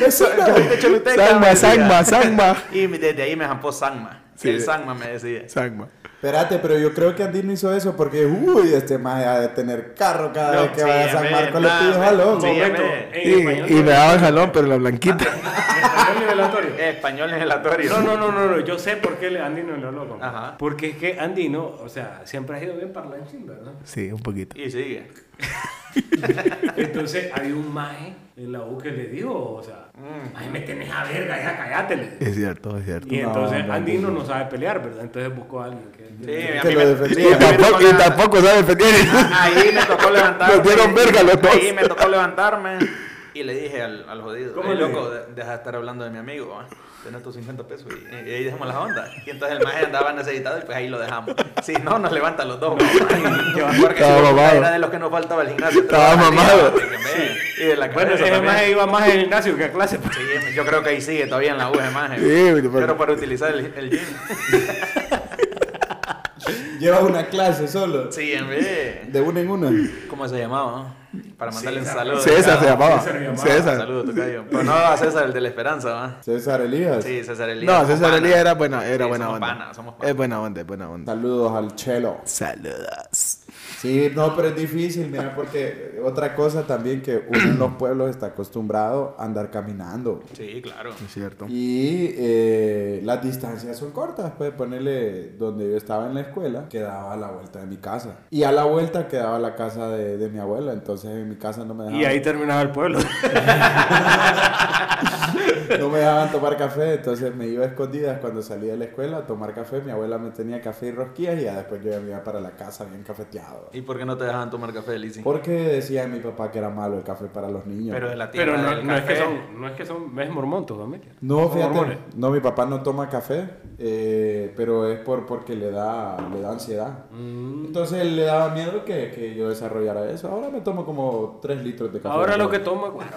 B: ¡Vecino!
D: Yo de
B: ¡Vecino!
D: Choluteca,
C: Sangma,
D: me decía.
C: sangma, sangma.
D: Y desde ahí me jampó Sangma.
C: Sí.
D: El Sangma me decía.
C: Sangma.
B: Espérate, pero yo creo que Andino hizo eso porque, uy, este más ha de tener carro cada
D: No,
B: vez que
D: sí,
B: vaya a
D: ya
B: San
D: ve,
B: Marcos, le
D: nada,
B: pido
D: ve.
B: jalón.
D: Sí,
A: Momento,
D: me-
A: en
C: Sí,
A: español
C: y me
A: nivelatorio.
C: daba el jalón, pero la blanquita.
D: Ah.
A: En español nivelatorio.
D: Español nivelatorio.
A: No, no, no, no, no, yo sé por qué le- Andino lo loco.
D: Ajá.
A: Porque es que Andino, o sea, siempre ha sido bien parlanchín, ¿verdad?
C: Sí, un poquito.
D: Y sigue.
A: Entonces había un maje en la U que le dijo, o sea,
D: Mm.
A: ay, me tenés a verga, ya cállate. le dijo.
C: Es cierto, es cierto.
A: Y
B: No,
A: entonces
B: no,
A: Andino no sabe pelear, ¿verdad? Entonces buscó a alguien que...
D: Sí, a
B: Que
D: mí
B: lo
D: me-
B: defendía.
D: sí,
C: Y
D: a mí me
C: tampoco,
D: tocó
C: y
D: levantar-
C: tampoco sabe defender.
D: Ahí me tocó levantarme.
C: Nos dieron verga los dos.
D: Ahí me tocó levantarme. Y le dije al, al jodido,
A: ¿Cómo
D: "Ey,
A: le
D: loco, de- deja de estar hablando de mi amigo, ¿va? Tenés tus 50 pesos y, y ahí dejamos las ondas. Y entonces el maje andaba necesitado y pues ahí lo dejamos. Si no, nos levanta los dos. ¿va? Porque
C: Estaba
D: si no,
C: mamado.
D: era de los que nos faltaba el gimnasio.
C: Estaba
D: Tres horas al día,
C: mamado.
D: porque, ve, Y de la
A: Bueno,
D: cabeza
A: ese
D: también.
A: maje iba más en gimnasio que a clase. pues.
D: Sí, yo creo que ahí sigue todavía en la UG más.
C: Sí, pero- pues-
D: pero, para utilizar el, el gym.
B: Lleva una clase solo.
D: Sí, en vez.
B: De una en una.
D: ¿Cómo se llamaba? no? Para mandarle un saludo.
C: César se
D: Tocayo.
C: llamaba.
A: César se llamaba.
C: César.
D: Saludo, tocayo. Pero no a César, el de la esperanza, ¿va?
B: César Elías.
D: Sí, César Elías.
C: No,
D: somos
C: César
D: panas.
C: Elías era buena, era
D: Sí,
C: buena
D: somos
C: onda. Eh,
D: panas, somos
C: es
D: panas.
C: buena onda, es buena onda.
B: Saludos al Chelo.
C: Saludos.
B: Sí, no, pero es difícil, mira, porque otra cosa también que uno en los pueblos está acostumbrado a andar caminando.
D: Sí, claro.
C: Es cierto.
B: Y eh, las distancias son cortas, pues ponerle donde yo estaba en la escuela, quedaba a la vuelta de mi casa. Y a la vuelta quedaba la casa de, de mi abuela, entonces en mi casa no me dejaban,
A: Y ahí terminaba el pueblo.
B: no me dejaban tomar café, entonces me iba a escondidas cuando salía de la escuela a tomar café, mi abuela me tenía café y rosquillas y ya después yo ya me iba para la casa bien cafeteado. va.
D: ¿Y por qué no te dejaban tomar café, Lizzy?
B: Porque decía mi papá que era malo el café para los niños.
D: Pero de la tienda
A: Pero no,
D: del
A: no es que
D: café.
A: son, no es que son, es mormón tu familia.
B: No,
A: Son
B: fíjate,
A: mormones.
B: no, mi papá no toma café, eh, pero es por, porque le da, le da ansiedad.
A: Mm.
B: Entonces le daba miedo que, que yo desarrollara eso. Ahora me tomo como 3 litros de café.
A: Ahora
B: al
A: lo
B: día.
A: que toma, guaro.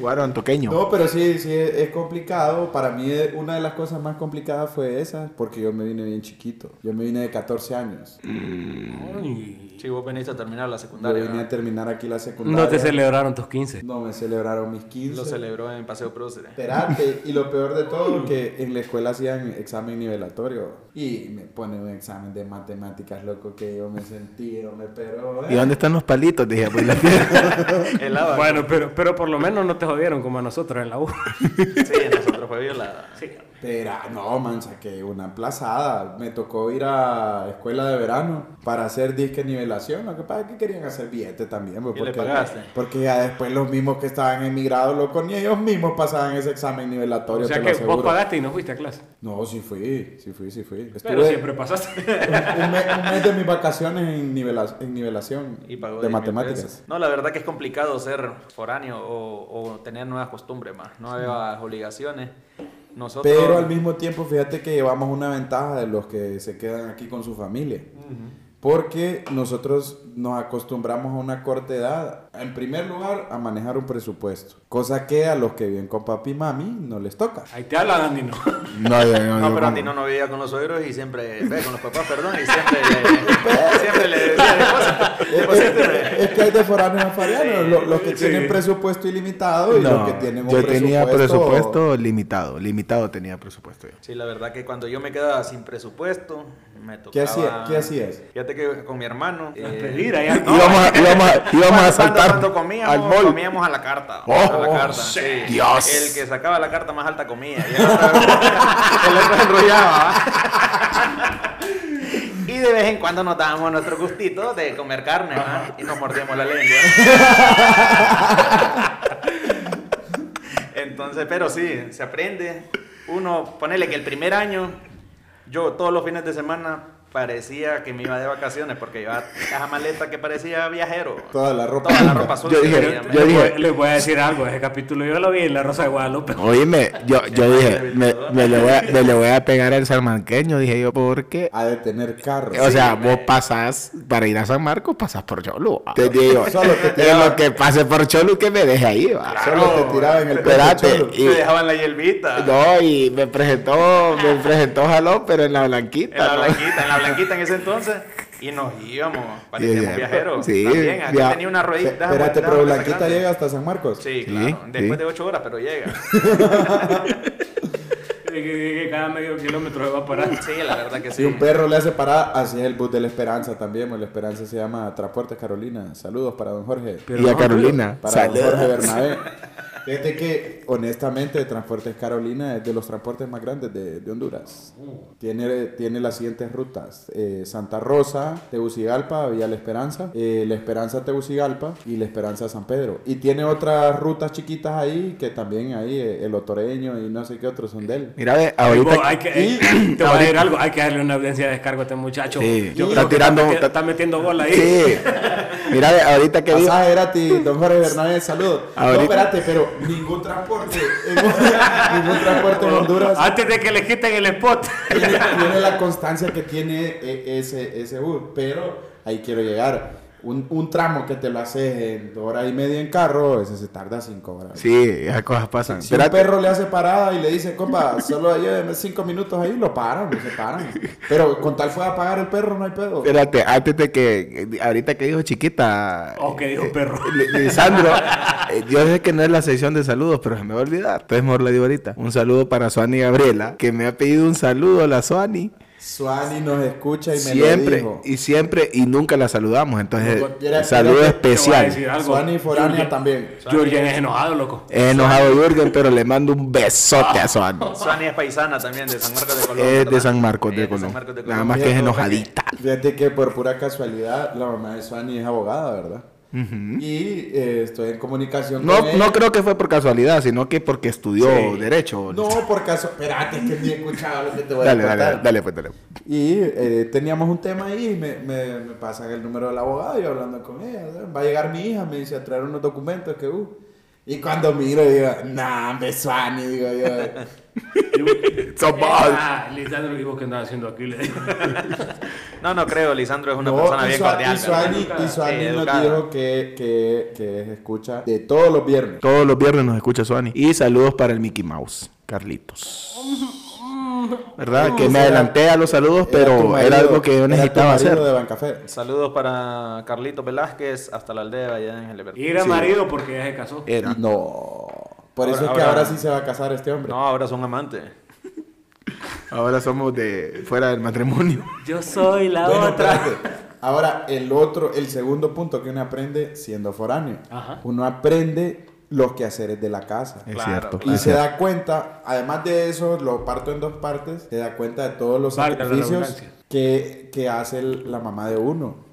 C: Guaro antoqueño.
B: No, pero sí, sí, es es complicado. Para mí eh, una de las cosas más complicadas fue esa, porque yo me vine bien chiquito. Yo me vine de 14 años.
A: Ay.
D: Sí, vos veniste a terminar la
B: Yo
D: secundaria.
B: vine a
D: ¿verdad?
B: terminar aquí la secundaria.
A: No te celebraron tus 15.
B: No me celebraron mis 15.
D: Lo celebró en Paseo Prócer.
B: Esperate, y lo peor de todo, que en la escuela hacían examen nivelatorio. Y me ponen un examen de matemáticas, loco, que yo me sentí, yo me pero.
C: ¿Y dónde están los palitos? Dije, pues la fiesta.
D: El abaco.
A: Bueno, pero, pero por lo menos no te jodieron como a nosotros en la U.
D: Sí, nosotros fue violada.
A: Sí.
B: Espera, no, man, saqué una plazada. Me tocó ir a escuela de verano para hacer disque nivelación. Lo que pasa es que querían hacer billete también. pues,
D: ¿Y le pagaste?
B: Porque ya después los mismos que estaban emigrados, loco, ni ellos mismos pasaban ese examen
A: O
B: nivelatorio.
A: sea
B: te lo
A: que vos
B: aseguro.
A: pagaste y no fuiste a clase.
B: No, sí fui, sí fui, sí fui.
A: Pero
B: Estuve-
A: siempre pasaste.
B: un, mes, un mes de mis vacaciones en, nivela- en nivelación
D: Y pagó
B: de
D: 10.000
B: matemáticas.
D: pesos. No, la verdad que es complicado ser foráneo o, o tener nuevas costumbres más, nuevas obligaciones. Nosotros,
B: Pero al mismo tiempo, fíjate que llevamos una ventaja de los que se quedan aquí con su familia. Porque nosotros nos acostumbramos a una corta edad, en primer lugar, a manejar un presupuesto. Cosa que a los que viven con papi y mami no les toca.
A: Ahí te hablan, Andy, no.
C: No, yo- yo- yo
D: No, pero
C: como-
D: Andy no, no vivía con los suegros y siempre, ve, con los papás, perdón, y siempre le, siempre le decía, "Deposita,
B: Es,
D: deposíteme".
B: es- es que hay de foráneos a foráneos, lo- los, que
A: Sí.
B: tienen presupuesto ilimitado y
C: No,
B: los que tienen un
C: yo tenía
B: presupuesto-
C: presupuesto limitado. Limitado tenía presupuesto yo.
D: Sí, la verdad que cuando yo me quedaba sin presupuesto, me tocaba...
B: ¿Qué hacía- qué hacías?
D: Fíjate que con mi hermano... eh,
A: Pedir allá.
C: Y íbamos a, íbamos a- íbamos a
D: Cuando-
C: saltar
D: cuando, cuando comíamos,
C: al mall.
D: comíamos a la carta.
C: Oh,
D: a la carta,
C: sí,
D: sí.
C: Dios.
D: El que sacaba la carta más alta comía. Y el otro, el otro enrollaba. Y de vez en cuando nos dábamos nuestro gustito de comer carne, ¿verdad? Y nos mordíamos la lengua. Entonces, pero sí, se aprende. Uno, ponele que el primer año, yo todos los fines de semana parecía que me iba de vacaciones porque llevaba esa maleta que parecía viajero.
B: Toda la ropa
D: Toda la
B: sucia.
D: ropa sucia.
C: Yo dije,
D: tenía,
C: yo
D: man.
C: dije,
A: Les voy a decir algo, ese capítulo yo lo vi en La Rosa de Guadalupe.
C: Oíme, yo, yo dije, me, me le voy a, me le voy a pegar al salmanqueño, dije yo, porque...
B: Ha de tener carro.
C: O sea, vos pasás, para ir a San Marcos, pasás por Cholu. va. Te digo,
B: Solo eh. te
C: de lo que pase por Cholu, que me deje ahí, va.
B: Solo te tiraba en el pecho,
C: Espérate,
B: cholo.
C: y-
D: Te dejaban la hierbita.
C: No, y me presentó, me presentó Jalón, pero en la blanquita.
D: En la
C: ¿no?
D: blanquita, en la blanquita en ese entonces. Y nos íbamos,
C: Sí,
D: parecíamos
C: es
D: viajeros.
C: cierto. Sí,
D: También, aquí
C: ya.
D: tenía una ruedita.
B: Espérate,
D: una
B: pero
D: ruedita
B: Blanquita
D: grande.
B: llega hasta San Marcos.
D: Sí,
C: Sí,
D: claro. Después
C: sí.
D: de ocho horas, pero llega.
A: Que- que- que Cada medio kilómetro se va a parar.
D: Sí, la verdad que
B: Si
D: sí.
B: un perro le hace parada, así es el bus de la Esperanza también. pues, La Esperanza se llama Transportes Carolina. Saludos para don Jorge.
A: Pero
C: y a
A: no,
C: Carolina.
B: Para
C: Saludos.
B: don Jorge Bernabé. Fíjate que, honestamente, Transportes Carolina es de los transportes más grandes de, de Honduras. Tiene, tiene las siguientes rutas: eh, Santa Rosa, Tegucigalpa, Vía La Esperanza, eh, La Esperanza, Tegucigalpa y La Esperanza, San Pedro. Y tiene otras rutas chiquitas ahí que también ahí, eh, el Otoreño y no sé qué otros son de él.
C: Mira, ve,
A: Vos,
C: ahorita.
A: hay que, eh, te voy a decir algo, hay que darle una audiencia de descargo a este muchacho.
C: Sí.
A: Yo
C: Está
A: creo que
C: tirando-
A: está, meti-
C: está-
A: está metiendo gol ahí.
C: Sí. Mira, ve, ahorita que digo.
B: Pasaje gratis, don Jorge Bernabé, saludos.
C: Ahorita-
B: No, espérate, pero ningún transporte, en- ningún transporte en Honduras
A: Antes de que le quiten el spot.
B: tiene, tiene la constancia que tiene eh, ese, ese bus, pero ahí quiero llegar. Un, un tramo que te lo haces en dos horas y media en carro, ese se tarda cinco horas.
C: Sí, esas cosas pasan.
B: Si
C: Espérate.
B: un perro le hace parada y le dice, compa, solo lléveme cinco minutos ahí, lo paran, se paran. Pero con tal fue a pagar el perro, no hay pedo.
C: Espérate, antes de que, ahorita que dijo chiquita.
A: O que
C: Eh,
A: dijo perro.
C: Li- Lisandro, eh, yo sé que no es la sección de saludos, pero se me va a olvidar. Entonces mejor le digo ahorita. Un saludo para Suani Gabriela, que me ha pedido un saludo a la Suani.
B: Suani nos escucha y me lo
C: Siempre,
B: dijo.
C: y siempre, y nunca la saludamos. Entonces,
B: Yo quiero-
C: saludo
B: quiero-
A: Te
C: especial.
A: voy a decir
B: Suani
A: algo.
B: Foránea también.
A: Jurgen es enojado, loco.
C: He enojado Jürgen, pero le mando un besote a Suani.
D: Suani es paisana también de San Marcos de Colón.
C: Es Eh, de
D: ¿verdad?
C: San Marcos
D: Ella
C: de
D: es San
C: Colón.
D: Marcos de
C: Nada
D: Colón.
C: más que es
B: Fíjate,
C: enojadita.
B: Fíjate que por pura casualidad la mamá de Suani es abogada, ¿verdad? Y eh, estoy en comunicación con
C: No,
B: ella.
C: no creo que fue por casualidad, sino que porque estudió
A: Sí.
C: Derecho.
B: No, por caso. Espérate, es que ni he escuchado lo que te voy a
C: Dale,
B: contar.
C: dale, dale, pues dale.
B: Y eh, teníamos un tema ahí y me, me, me pasan el número del abogado y yo hablando con ella. ¿sabes? Va a llegar mi hija, me dice, a traer unos documentos que uh. Y cuando miro, digo, nah, me suani, digo yo.
C: Sos vos.
A: Ah, Lisandro, ¿y vos qué andabas haciendo aquí? Le digo.
D: No, no creo, Lisandro es una
B: No,
D: persona
B: y
D: bien
B: Sua-
D: cordial. eh,
B: Y
D: ¿verdad?
B: Suani,
A: Educada.
B: y Suani
D: Sí,
B: nos
D: educada.
B: dijo que, que, que escucha de todos los viernes.
C: Todos los viernes nos escucha Suani. Y saludos para el Mickey Mouse, Carlitos. ¿Verdad? Que me
B: Era-
C: adelanté a los saludos,
B: tu
C: pero
B: marido-
C: era algo que yo
B: era tu
C: necesitaba
B: marido
C: hacer.
B: de Bancafé.
D: Saludos para Carlito Velázquez, hasta la aldea de Valle de Ángeles. ¿verdad?
A: Y era marido porque ya se casó.
C: Era.
B: No. Por eso
D: Ahora-
B: es que
D: ahora-
B: ahora sí se va a casar este hombre.
D: No, ahora son amantes.
C: Ahora somos de fuera del matrimonio.
A: Yo soy la
B: Bueno,
A: otra.
B: espérate. Ahora, el otro, el segundo punto que uno aprende siendo foráneo.
A: Ajá.
B: Uno aprende los quehaceres de la casa.
C: Es
D: Claro,
C: cierto.
B: Y
C: es
B: se
C: cierto.
B: da cuenta, además de eso, lo parto en dos partes, se da cuenta de todos los
A: Valga la
B: sacrificios
A: redundancia.
B: que, que hace el- la mamá de uno.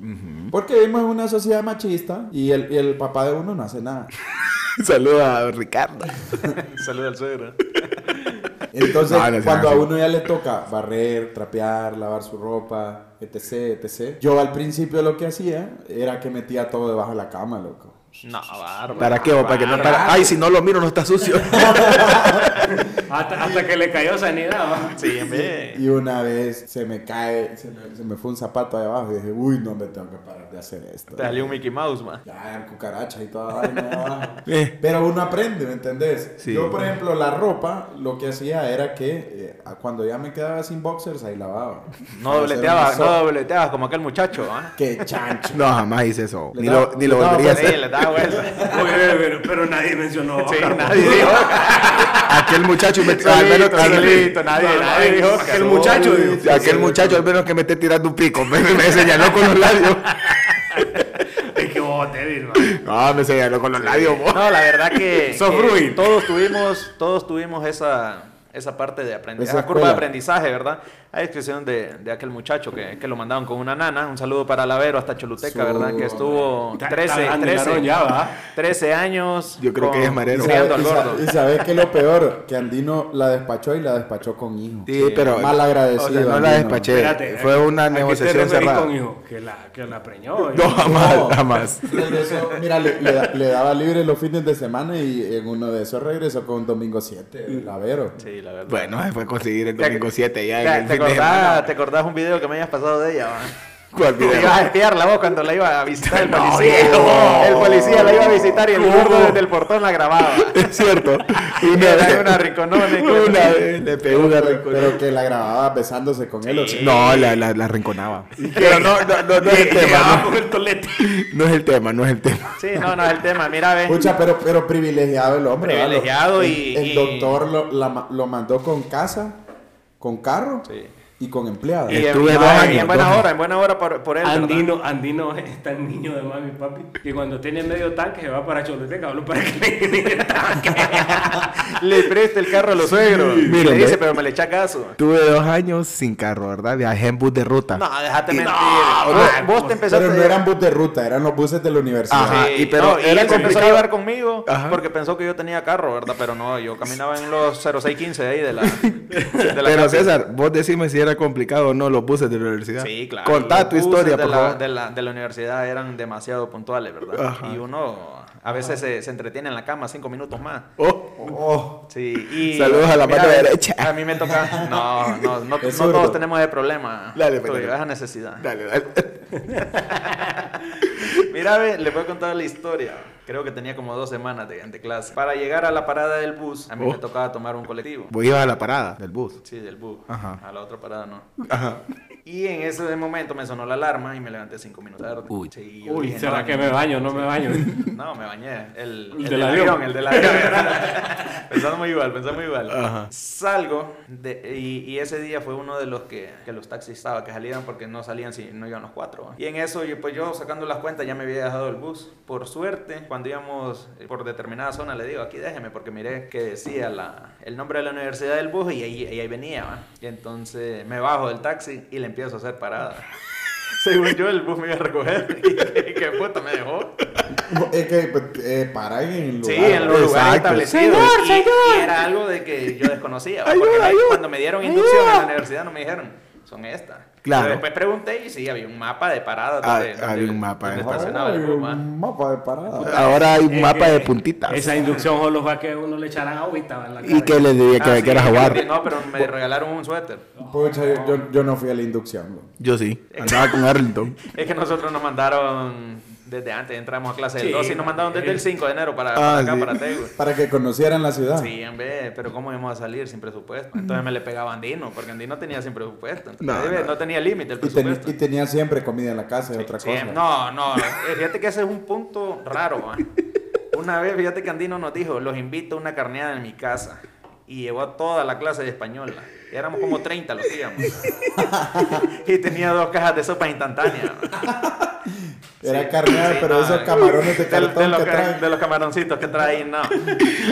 B: Porque vivimos en una sociedad machista y el, y el papá de uno no hace nada.
C: Saludos a Ricardo.
D: Saludos al suegro.
B: Entonces,
C: No, no es
B: cuando a
C: así.
B: uno ya le toca barrer, trapear, lavar su ropa, etc, etc. Yo al principio lo que hacía era que metía todo debajo de la cama, loco.
D: No, bárbaro.
C: ¿Para qué? o ¿Para que no
D: bárbaro.
C: para? Ay, si no lo miro, no está sucio.
A: Hasta, hasta que le cayó sanidad. ¿va?
D: Sí, en vez.
B: Y una vez se me cae, se me, se me fue un zapato ahí abajo y dije, uy, no me tengo que parar de hacer esto.
D: Te salió un Mickey Mouse, man.
B: Ya, cucarachas y toda vaina ahí abajo.
C: Eh.
B: Pero uno aprende, ¿me entendés?
C: Sí.
B: Yo, por ejemplo, la ropa, lo que hacía era que eh, cuando ya me quedaba sin boxers, ahí lavaba.
D: No
B: Para
D: dobleteabas,
B: hacer
D: no
B: una sopa.
D: dobleteabas como aquel muchacho, ¿ah? pues
B: Qué chancho.
C: No, jamás hice eso.
B: Le
C: Ni
B: daba-
C: lo, ni lo
B: le daba
C: volvería a
B: por
D: Sí,
C: hacer.
D: le daba vuelta.
A: Oye, pero, pero nadie mencionó. a
D: Sí,
A: Carlos.
D: nadie dijo.
C: Aquel muchacho me al menos
D: Solito,
C: que me-
D: solito, nadie,
A: No,
D: nadie dijo.
A: aquel muchacho, digo.
C: de aquel muchacho al menos que me esté tirando un pico. Me, me señaló con los labios.
A: Es que vos te vi, hermano.
C: No, me señaló con los labios, vos.
D: No, la verdad que,
C: Sos
D: que
C: Bruin.
D: todos tuvimos, todos tuvimos esa, esa parte de aprendizaje,
B: Esa
D: esa curva de
B: escuela.
D: aprendizaje, ¿verdad? A excepción de, de aquel muchacho que, que lo mandaban con una nana. Un saludo para Lavero hasta Choluteca,
B: Su-
D: ¿verdad? Que estuvo
A: Está-
D: 13,
A: está- anularon
D: 13,
A: ya, ¿va?
D: 13 años.
C: Yo creo que ella es
B: Y
C: marero.
D: criando
B: sabe-
D: al
B: y sa-
D: gordo.
B: y sabes que lo peor, que Andino la despachó y la despachó con hijo.
C: Sí, pero.
B: Mal agradecido,
C: o sea, no la
B: Andino.
C: despaché.
A: Espérate,
C: Fue una
A: ¿a qué te
C: negociación
A: referís
C: cerrada.
A: con hijo? Que la, que la preñó. ¿eh?
C: No, jamás,
B: No.
C: jamás.
B: Regresó, mira, le, le da- le daba libre los fines de semana y en uno de esos regresó con Domingo 7, Lavero.
D: Sí, la verdad.
C: Bueno, se fue a conseguir el
D: Te-
C: domingo 7 ya. en
D: ¿Te,
C: el fin
D: te
C: de
D: acordás,
C: semana.
D: ¿Te acordás un video que me hayas pasado de ella? va?
C: ¿Cuál video?
D: Te ibas a espiarla vos cuando la iba a visitar el
C: No,
D: policía.
C: viejo.
D: El policía la iba a visitar y el
C: ¿Cómo?
D: gordo desde el portón la grababa.
C: Es cierto. Y
D: Era una rinconona que le-
C: Una vez le pegó una rinconona.
B: Pero que la grababa besándose con él. ¿o qué?
C: No, la, la, la rinconaba. Pero no, no, no, no es el tema.
A: Llegaba
C: No,
A: con el tolete.
C: No es el tema, no es el tema.
D: Sí, no, no, es el tema. Mira, ve.
B: Pucha, pero, pero privilegiado el hombre. ¿va? Lo-
D: Privilegiado
B: el-
D: y-
B: El,
D: y-
B: doctor lo, la ma- lo mandó con casa, con carro
D: Sí.
B: y con empleada.
D: Y en,
C: Estuve
D: no,
C: dos
D: en-
C: años,
D: en buena
C: dos años.
D: hora, en buena hora por, por él. ¿verdad?
A: Andino, Andino es tan niño de mami y papi que cuando tiene medio tanque se va para Choluteca, hablo para que le llene el tanque.
D: Le presta el carro a los suegros. Y
C: Miren,
D: le
C: ve.
D: dice, pero me le echa caso.
C: Tuve dos años sin carro, ¿verdad? Viajé en bus de ruta.
D: No, déjate
C: Y-
D: mentir.
C: No,
D: Vos-
C: man,
D: vos te empezaste
B: pero no eran bus de ruta, eran los buses de la universidad.
C: Ajá.
D: Sí,
C: y pero
D: no, y
C: era
D: él se empezó a
C: complicado.
D: llevar conmigo
C: Ajá.
D: porque pensó que yo tenía carro, ¿verdad? Pero no, yo caminaba en los 0615 ahí de la. de la
C: Pero
D: casa.
C: César, vos decime si era complicado o no los buses de la universidad.
D: Sí, claro.
C: Contá tu
D: Los buses
C: historia,
D: de
C: por
D: la,
C: favor.
D: De la, de la universidad eran demasiado puntuales, ¿verdad?
C: Ajá.
D: Y uno a veces se, se entretiene en la cama cinco minutos más.
C: Oh,
B: Oh,
D: Sí, y
C: Saludos a la
D: mira,
C: mano
D: a-
C: derecha.
D: A mí me toca. No, no, no, no
B: Es zurdo.
D: todos tenemos ese problema.
C: Dale, pues,
D: Tú,
C: dale.
D: esa necesidad.
C: dale, dale.
D: Mira, ve, le voy a contar la historia. Creo que tenía como dos semanas de, de clase. Para llegar a la parada del bus, a mí
C: Oh.
D: me tocaba tomar un colectivo.
C: Vos ibas a la parada del bus.
D: Sí, del bus.
C: Ajá.
D: A la otra parada no.
C: Ajá.
D: Y en ese momento me sonó la alarma y me levanté cinco minutos tarde. Uy, sí, yo
A: Uy,
D: dije,
A: ¿será
D: no,
A: que me baño? No me baño.
D: No, me bañé. El,
A: El
D: el
A: del
D: del
A: avión.
D: avión. el del avión. pensamos igual, pensamos igual.
C: Ajá.
D: Salgo de- y, y ese día fue uno de los que, que los taxis estaban, que salían porque no salían si no iban los cuatro. ¿va? Y en eso, yo, pues yo sacando las cuentas ya me había dejado el bus. Por suerte, cuando íbamos eh, por determinada zona, le digo, aquí déjeme porque miré que decía la, el nombre de la universidad del bus y ahí, y ahí venía. ¿va? Y entonces me bajo del taxi y le empiezo a hacer parada. Según yo, el bus me iba a recoger y que, que puta me dejó.
B: es que pues, eh, para en el lugar.
D: Sí, en los lugares
C: Exacto.
D: establecidos.
A: Señor,
D: y,
A: señor.
D: y era algo de que yo desconocía.
C: Ayuda,
D: porque me-
C: ayuda.
D: cuando me dieron inducción en la universidad no me dijeron, son estas.
C: Claro.
D: Pero después pregunté y sí, había un mapa de parada.
C: Ah,
D: donde- donde-
C: había un mapa,
D: donde
C: ¿eh?
D: estacionaba el
B: Ay,
D: bus, va.
B: un mapa de parada.
D: Ah,
C: Ahora hay un
A: Eh,
C: mapa de
A: eh,
C: puntitas.
A: Esa inducción solo fue que uno le echaran agüita en la cara.
C: Y que le diría que
D: Ah,
C: me
D: sí,
C: quiera jugar.
D: No, pero me regalaron un suéter.
B: Pucha, yo, yo- yo no fui a la inducción. güey.
C: Yo sí. Andaba con Arlington.
D: Es que nosotros nos mandaron desde antes, entramos a clase del
A: Sí,
D: 2 y nos mandaron desde el 5 de enero para,
C: Ah,
D: para acá,
C: sí.
D: para Tegu.
B: Para que conocieran la ciudad.
D: Sí, en vez, pero ¿cómo íbamos a salir sin presupuesto? Entonces me le pegaba a Andino, porque Andino tenía sin presupuesto.
C: No,
D: Entonces,
C: no.
D: no, tenía límite el
B: Y, ten-
D: presupuesto.
B: y tenía siempre comida en la casa y
D: Sí,
B: otra
D: sí,
B: cosa.
D: No, no, eh, fíjate que ese es un punto raro. va. Una vez, fíjate que Andino nos dijo, los invito a una carneada en mi casa. Y llevó a toda la clase de española. Y éramos como 30 los que íbamos. y tenía dos cajas de sopa instantánea.
B: Era
D: Sí,
B: carneada,
D: sí,
B: pero
D: no,
B: esos camarones de cartón
D: los,
B: que
D: ca-
B: traen.
D: de los camaroncitos que traen, no.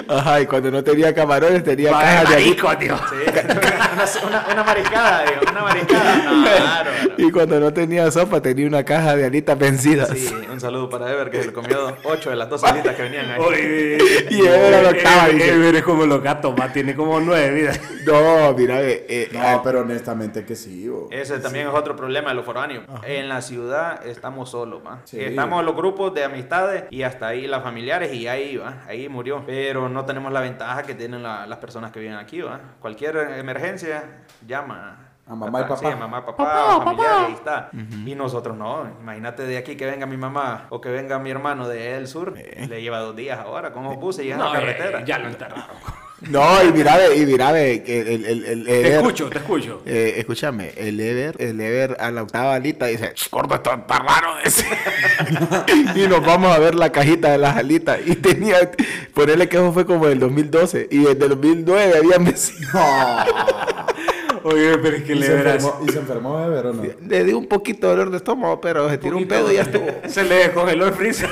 C: Ajá, y cuando no tenía camarones tenía
A: Va,
C: cajas de aquí.
A: marico, tío.
D: Sí, una, una- una mariscada, digo, una mariscada. No, claro.
C: Y cuando no tenía sopa tenía una caja de alitas vencidas.
D: Sí, un saludo para Ever que se comió 8 de las 12 alitas que venían ahí.
A: Oye,
C: Y Ever la octava,
A: Ever-
C: dice.
A: Ever es como los gatos, va, tiene como nueve vidas.
C: No, mira, eh, eh,
B: No, pero honestamente que sí. bo.
D: Ese también es otro problema de los foráneos. En la ciudad estamos solos, ¿va?
B: Sí.
D: Estamos los grupos de amistades y hasta ahí las familiares y ahí, ¿va? Ahí murió. Pero no tenemos la ventaja que tienen la- las personas que viven aquí, ¿va? Cualquier emergencia, llama.
B: A mamá y
D: Sí,
B: papá.
D: a mamá, papá, familiares, ahí está. Y nosotros no. Imagínate de aquí que venga mi mamá o que venga mi hermano de el sur.
B: Eh.
D: Le lleva dos días ahora con los buses y es en la
A: eh,
D: carretera.
A: ya lo enterraron.
C: no, y mira, ve, y mira, ve, que el, el, el
A: Te
C: Ever-
A: escucho, te escucho.
C: eh, escúchame, el Ever, el Ever a la octava alita dice, gordo, esto está raro. dice. y nos vamos a ver la cajita de las alitas. Y tenía, ponerle que eso fue como el 2012. Y desde el 2009 había vencido.
A: Oye, pero es que
B: y,
A: le
B: se
A: verás.
B: enfermó, y se enfermó de ver o no.
C: Le dio un poquito de dolor de estómago, pero se tiró un pedo y ya estuvo.
A: Se le descongeló el freezer.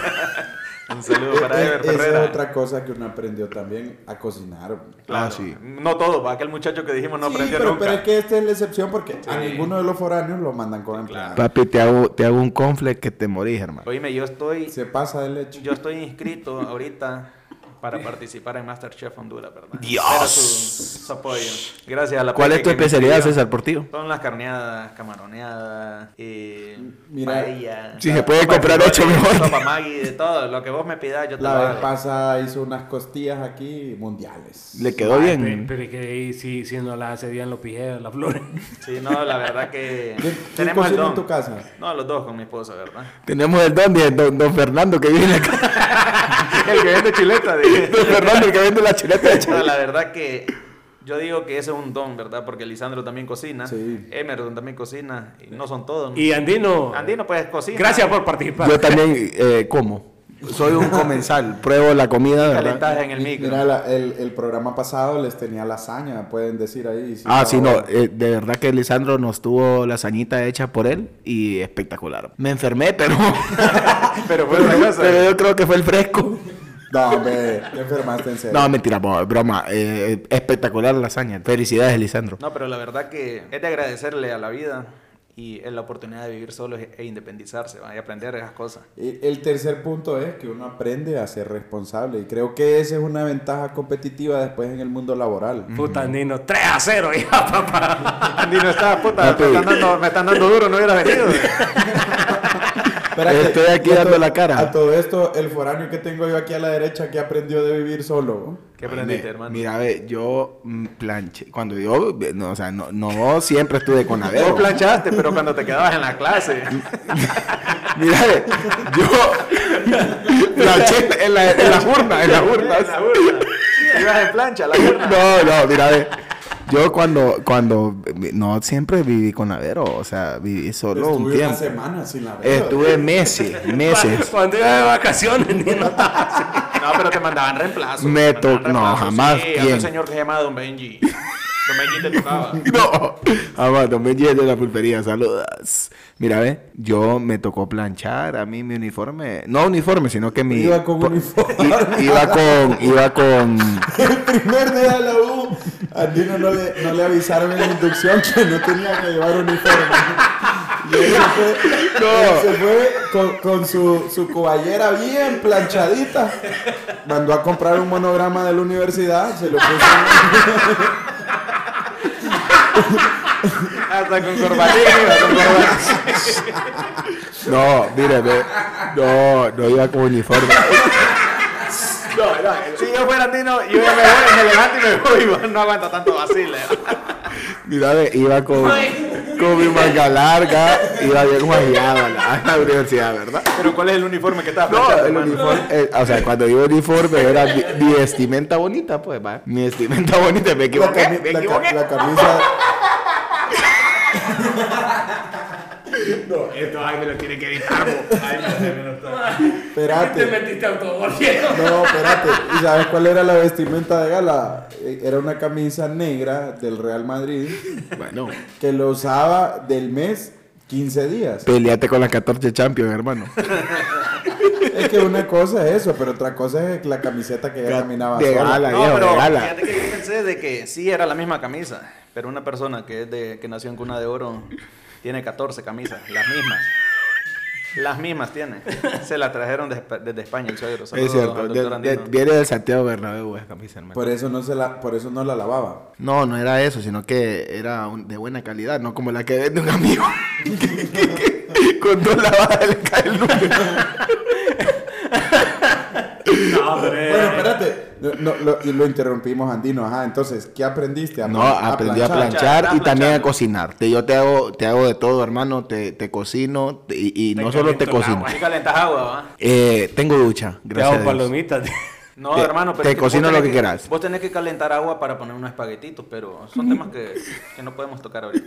D: Un saludo para
B: Eh,
D: Ever
B: esa
D: Ferrera.
B: es otra cosa que uno aprendió también a cocinar. bo.
D: Claro.
C: Ah, sí.
D: No todo, va, aquel muchacho que dijimos no
B: Sí,
D: aprendió
B: pero,
D: nunca.
B: pero es que esta es la excepción porque a ninguno de los foráneos lo mandan con empleado.
C: Papi, te hago, te hago un confle que te morís, hermano.
D: Oíme, yo estoy,
B: Se pasa de leche.
D: yo estoy inscrito ahorita para participar en Masterchef Honduras, ¿verdad?
C: Dios.
D: Espero su, su apoyo. Gracias a la
C: ¿Cuál
D: Peque
C: es tu
D: que me
C: especialidad,
D: inscribió.
C: César Portillo?
D: Son las carneadas, camaroneadas, eh,
B: Mira,
D: paella,
C: si se
D: sopa
C: puede
D: de
C: comprar
D: frijoles,
C: hecho, mejor.
D: Sopa Maggi, de todo, lo que vos me pidas yo te lo
B: La vez
D: hago.
B: pasada hizo unas costillas aquí mundiales.
C: Le quedó
A: Pero,
C: bien.
A: pero es que ahí sí, si no la hace bien los pijeos, las flores.
D: Sí, no, la verdad que
B: ¿Quién- quién
D: tenemos el
B: cocina en
D: don.
B: tu casa?
D: No, los dos con mi esposa, ¿verdad?
C: Tenemos el don, de- don, don Fernando que viene acá.
D: el que vende chuleta, dije.
C: Don Fernando el que vende la chuleta de
D: No,
C: chaval.
D: la verdad que yo digo que ese es un don, ¿verdad? Porque Lisandro también cocina,
B: Sí.
D: Emerson también cocina, y no son todos. ¿no?
A: Y Andino,
D: Andino pues cocina.
A: gracias por participar.
C: Yo también eh, como. Soy un comensal. Pruebo la comida, ¿verdad?
D: Calentaje en el micro.
B: Mira, la- el, el programa pasado les tenía lasaña, pueden decir ahí. sí,
C: Ah, sí, no.
B: sabor.
C: eh, de verdad que Lisandro nos tuvo la sañita hecha por él y espectacular. Me enfermé, pero.
D: Pero fue otra cosa.
C: pero yo creo que fue el fresco.
B: No, hombre, te enfermaste en serio.
C: No, mentira, bo- broma. eh, espectacular la hazaña. Felicidades, Lisandro.
D: No, pero la verdad que es de agradecerle a la vida y es la oportunidad de vivir solo e e independizarse, ¿va? y aprender esas cosas.
B: Y El tercer punto es que uno aprende a ser responsable y creo que esa es una ventaja competitiva después en el mundo laboral.
C: Mm.
A: Puta Andino, 3 a 0 ya, papá.
D: Andino está, puta,
C: Ah, pero-
D: dando, me están dando duro, no hubiera venido.
B: Espérate,
C: Estoy aquí
B: y a
C: dando
B: todo-
C: la cara.
B: A todo esto, el foráneo que tengo yo aquí a la derecha que aprendió de vivir solo.
D: ¿Qué aprendiste,
C: Me-
D: hermano?
C: Mira, ve, yo mm, planché. Cuando yo, ve, no, o sea, no, no siempre estuve con la verga.
D: Vos planchaste, pero cuando te quedabas en la clase.
C: Mira, ve, yo planché en la, en la urna, en la urna.
D: En la urna. Ibas en plancha, la urna.
C: No, no, mira, ve, yo cuando, cuando, no siempre viví con Avero, o sea, viví solo un
B: Estuve una
C: tiempo. Eh,
B: semana sin la verga.
C: Estuve meses, meses.
A: Cuando iba de vacaciones, Andino estaba así.
D: No, pero te mandaban reemplazo.
C: Me
D: te mandaban
C: to- no, jamás.
D: Sí, había
C: ¿Quién?
D: un señor que se llamaba Don Benji. Don Benji te tocaba.
C: No, jamás, no me llenes de la pulpería, saludas. Mira, ve, yo me tocó planchar a mí mi uniforme, no uniforme, sino que mi...
B: Iba con
C: po-
B: uniforme.
C: i- Iba con, iba con...
B: El primer día de la U, a Dino no le, no le avisaron en la inducción que no tenía que llevar uniforme. Y él se fue, él se fue con, con su, su coballera bien planchadita. Mandó a comprar un monograma de la universidad, se lo puso.
D: Ah, ¿verdad? Con corbatín, iba con corbatín.
C: No, mírame. No, no iba con uniforme.
D: No, no, si yo fuera Tino, yo ya me voy, me levanto y me voy, iba, no aguanta tanto vacile.
C: Mírame, iba con, con mi manga larga, iba bien guayado a la, a la universidad, ¿verdad?
D: Pero ¿cuál es el uniforme que estás
C: No,
D: planchando,
C: el
D: hermano?
C: uniforme, eh, o sea, cuando digo uniforme era mi, mi vestimenta bonita, pues, va. Mi vestimenta bonita, me
B: La,
C: equivoqué,
B: cami-
C: me
B: la ca-
C: equivoqué.
B: la camisa.
C: Esto ay, me lo tiene que editar,
A: Te
B: Espérate.
A: metiste autobús, viejo.
B: No, espérate. ¿Y sabes cuál era la vestimenta de gala? Eh, Era una camisa negra del Real Madrid
C: Bueno,
B: que lo usaba del mes 15 días.
C: peleate con la 14 Champions, hermano.
B: Es que una cosa es eso, pero otra cosa es la camiseta que ella caminaba
C: de
B: sola.
C: gala,
D: No,
C: viejo,
D: pero
C: de gala.
D: fíjate que yo pensé de que sí era la misma camisa, pero una persona que es de que nació en cuna de oro tiene 14 camisas, las mismas. Las mismas tiene. Se las trajeron desde Espa- desde España el suegro.
C: Es
D: Saludos
C: cierto,
D: al
C: de-
D: doctor
C: de-
D: Andino.
C: viene del Santiago Bernabéu esa camisa, hermano.
B: Por eso no se la, por eso no la lavaba.
C: No, no era eso, sino que era un- de buena calidad, no como la que vende un amigo. Con dos lavadas le cae el número.
A: No, pero era-
B: Bueno, espérate. No, no, lo, y lo interrumpimos, Andino. Ajá, entonces, ¿qué aprendiste?
C: No, aprendí a planchar,
D: planchar
C: y también a
D: planchando.
C: cocinar. Te- yo te hago, te hago de todo, hermano. Te, te cocino te- y, y
A: Te
C: no solo te
A: caliento el
C: cocino.
A: agua.
D: Ahí calentas agua, ¿va?
C: Eh, tengo ducha,
A: Te
C: gracias
A: hago
C: a Dios.
A: palomitas.
D: No,
C: Te-
D: hermano, pero
C: te
D: es vos
C: cocino lo
D: tenés
C: que quieras.
D: Vos tenés que calentar agua para poner unos espaguetitos, pero son temas que, que no podemos tocar ahorita.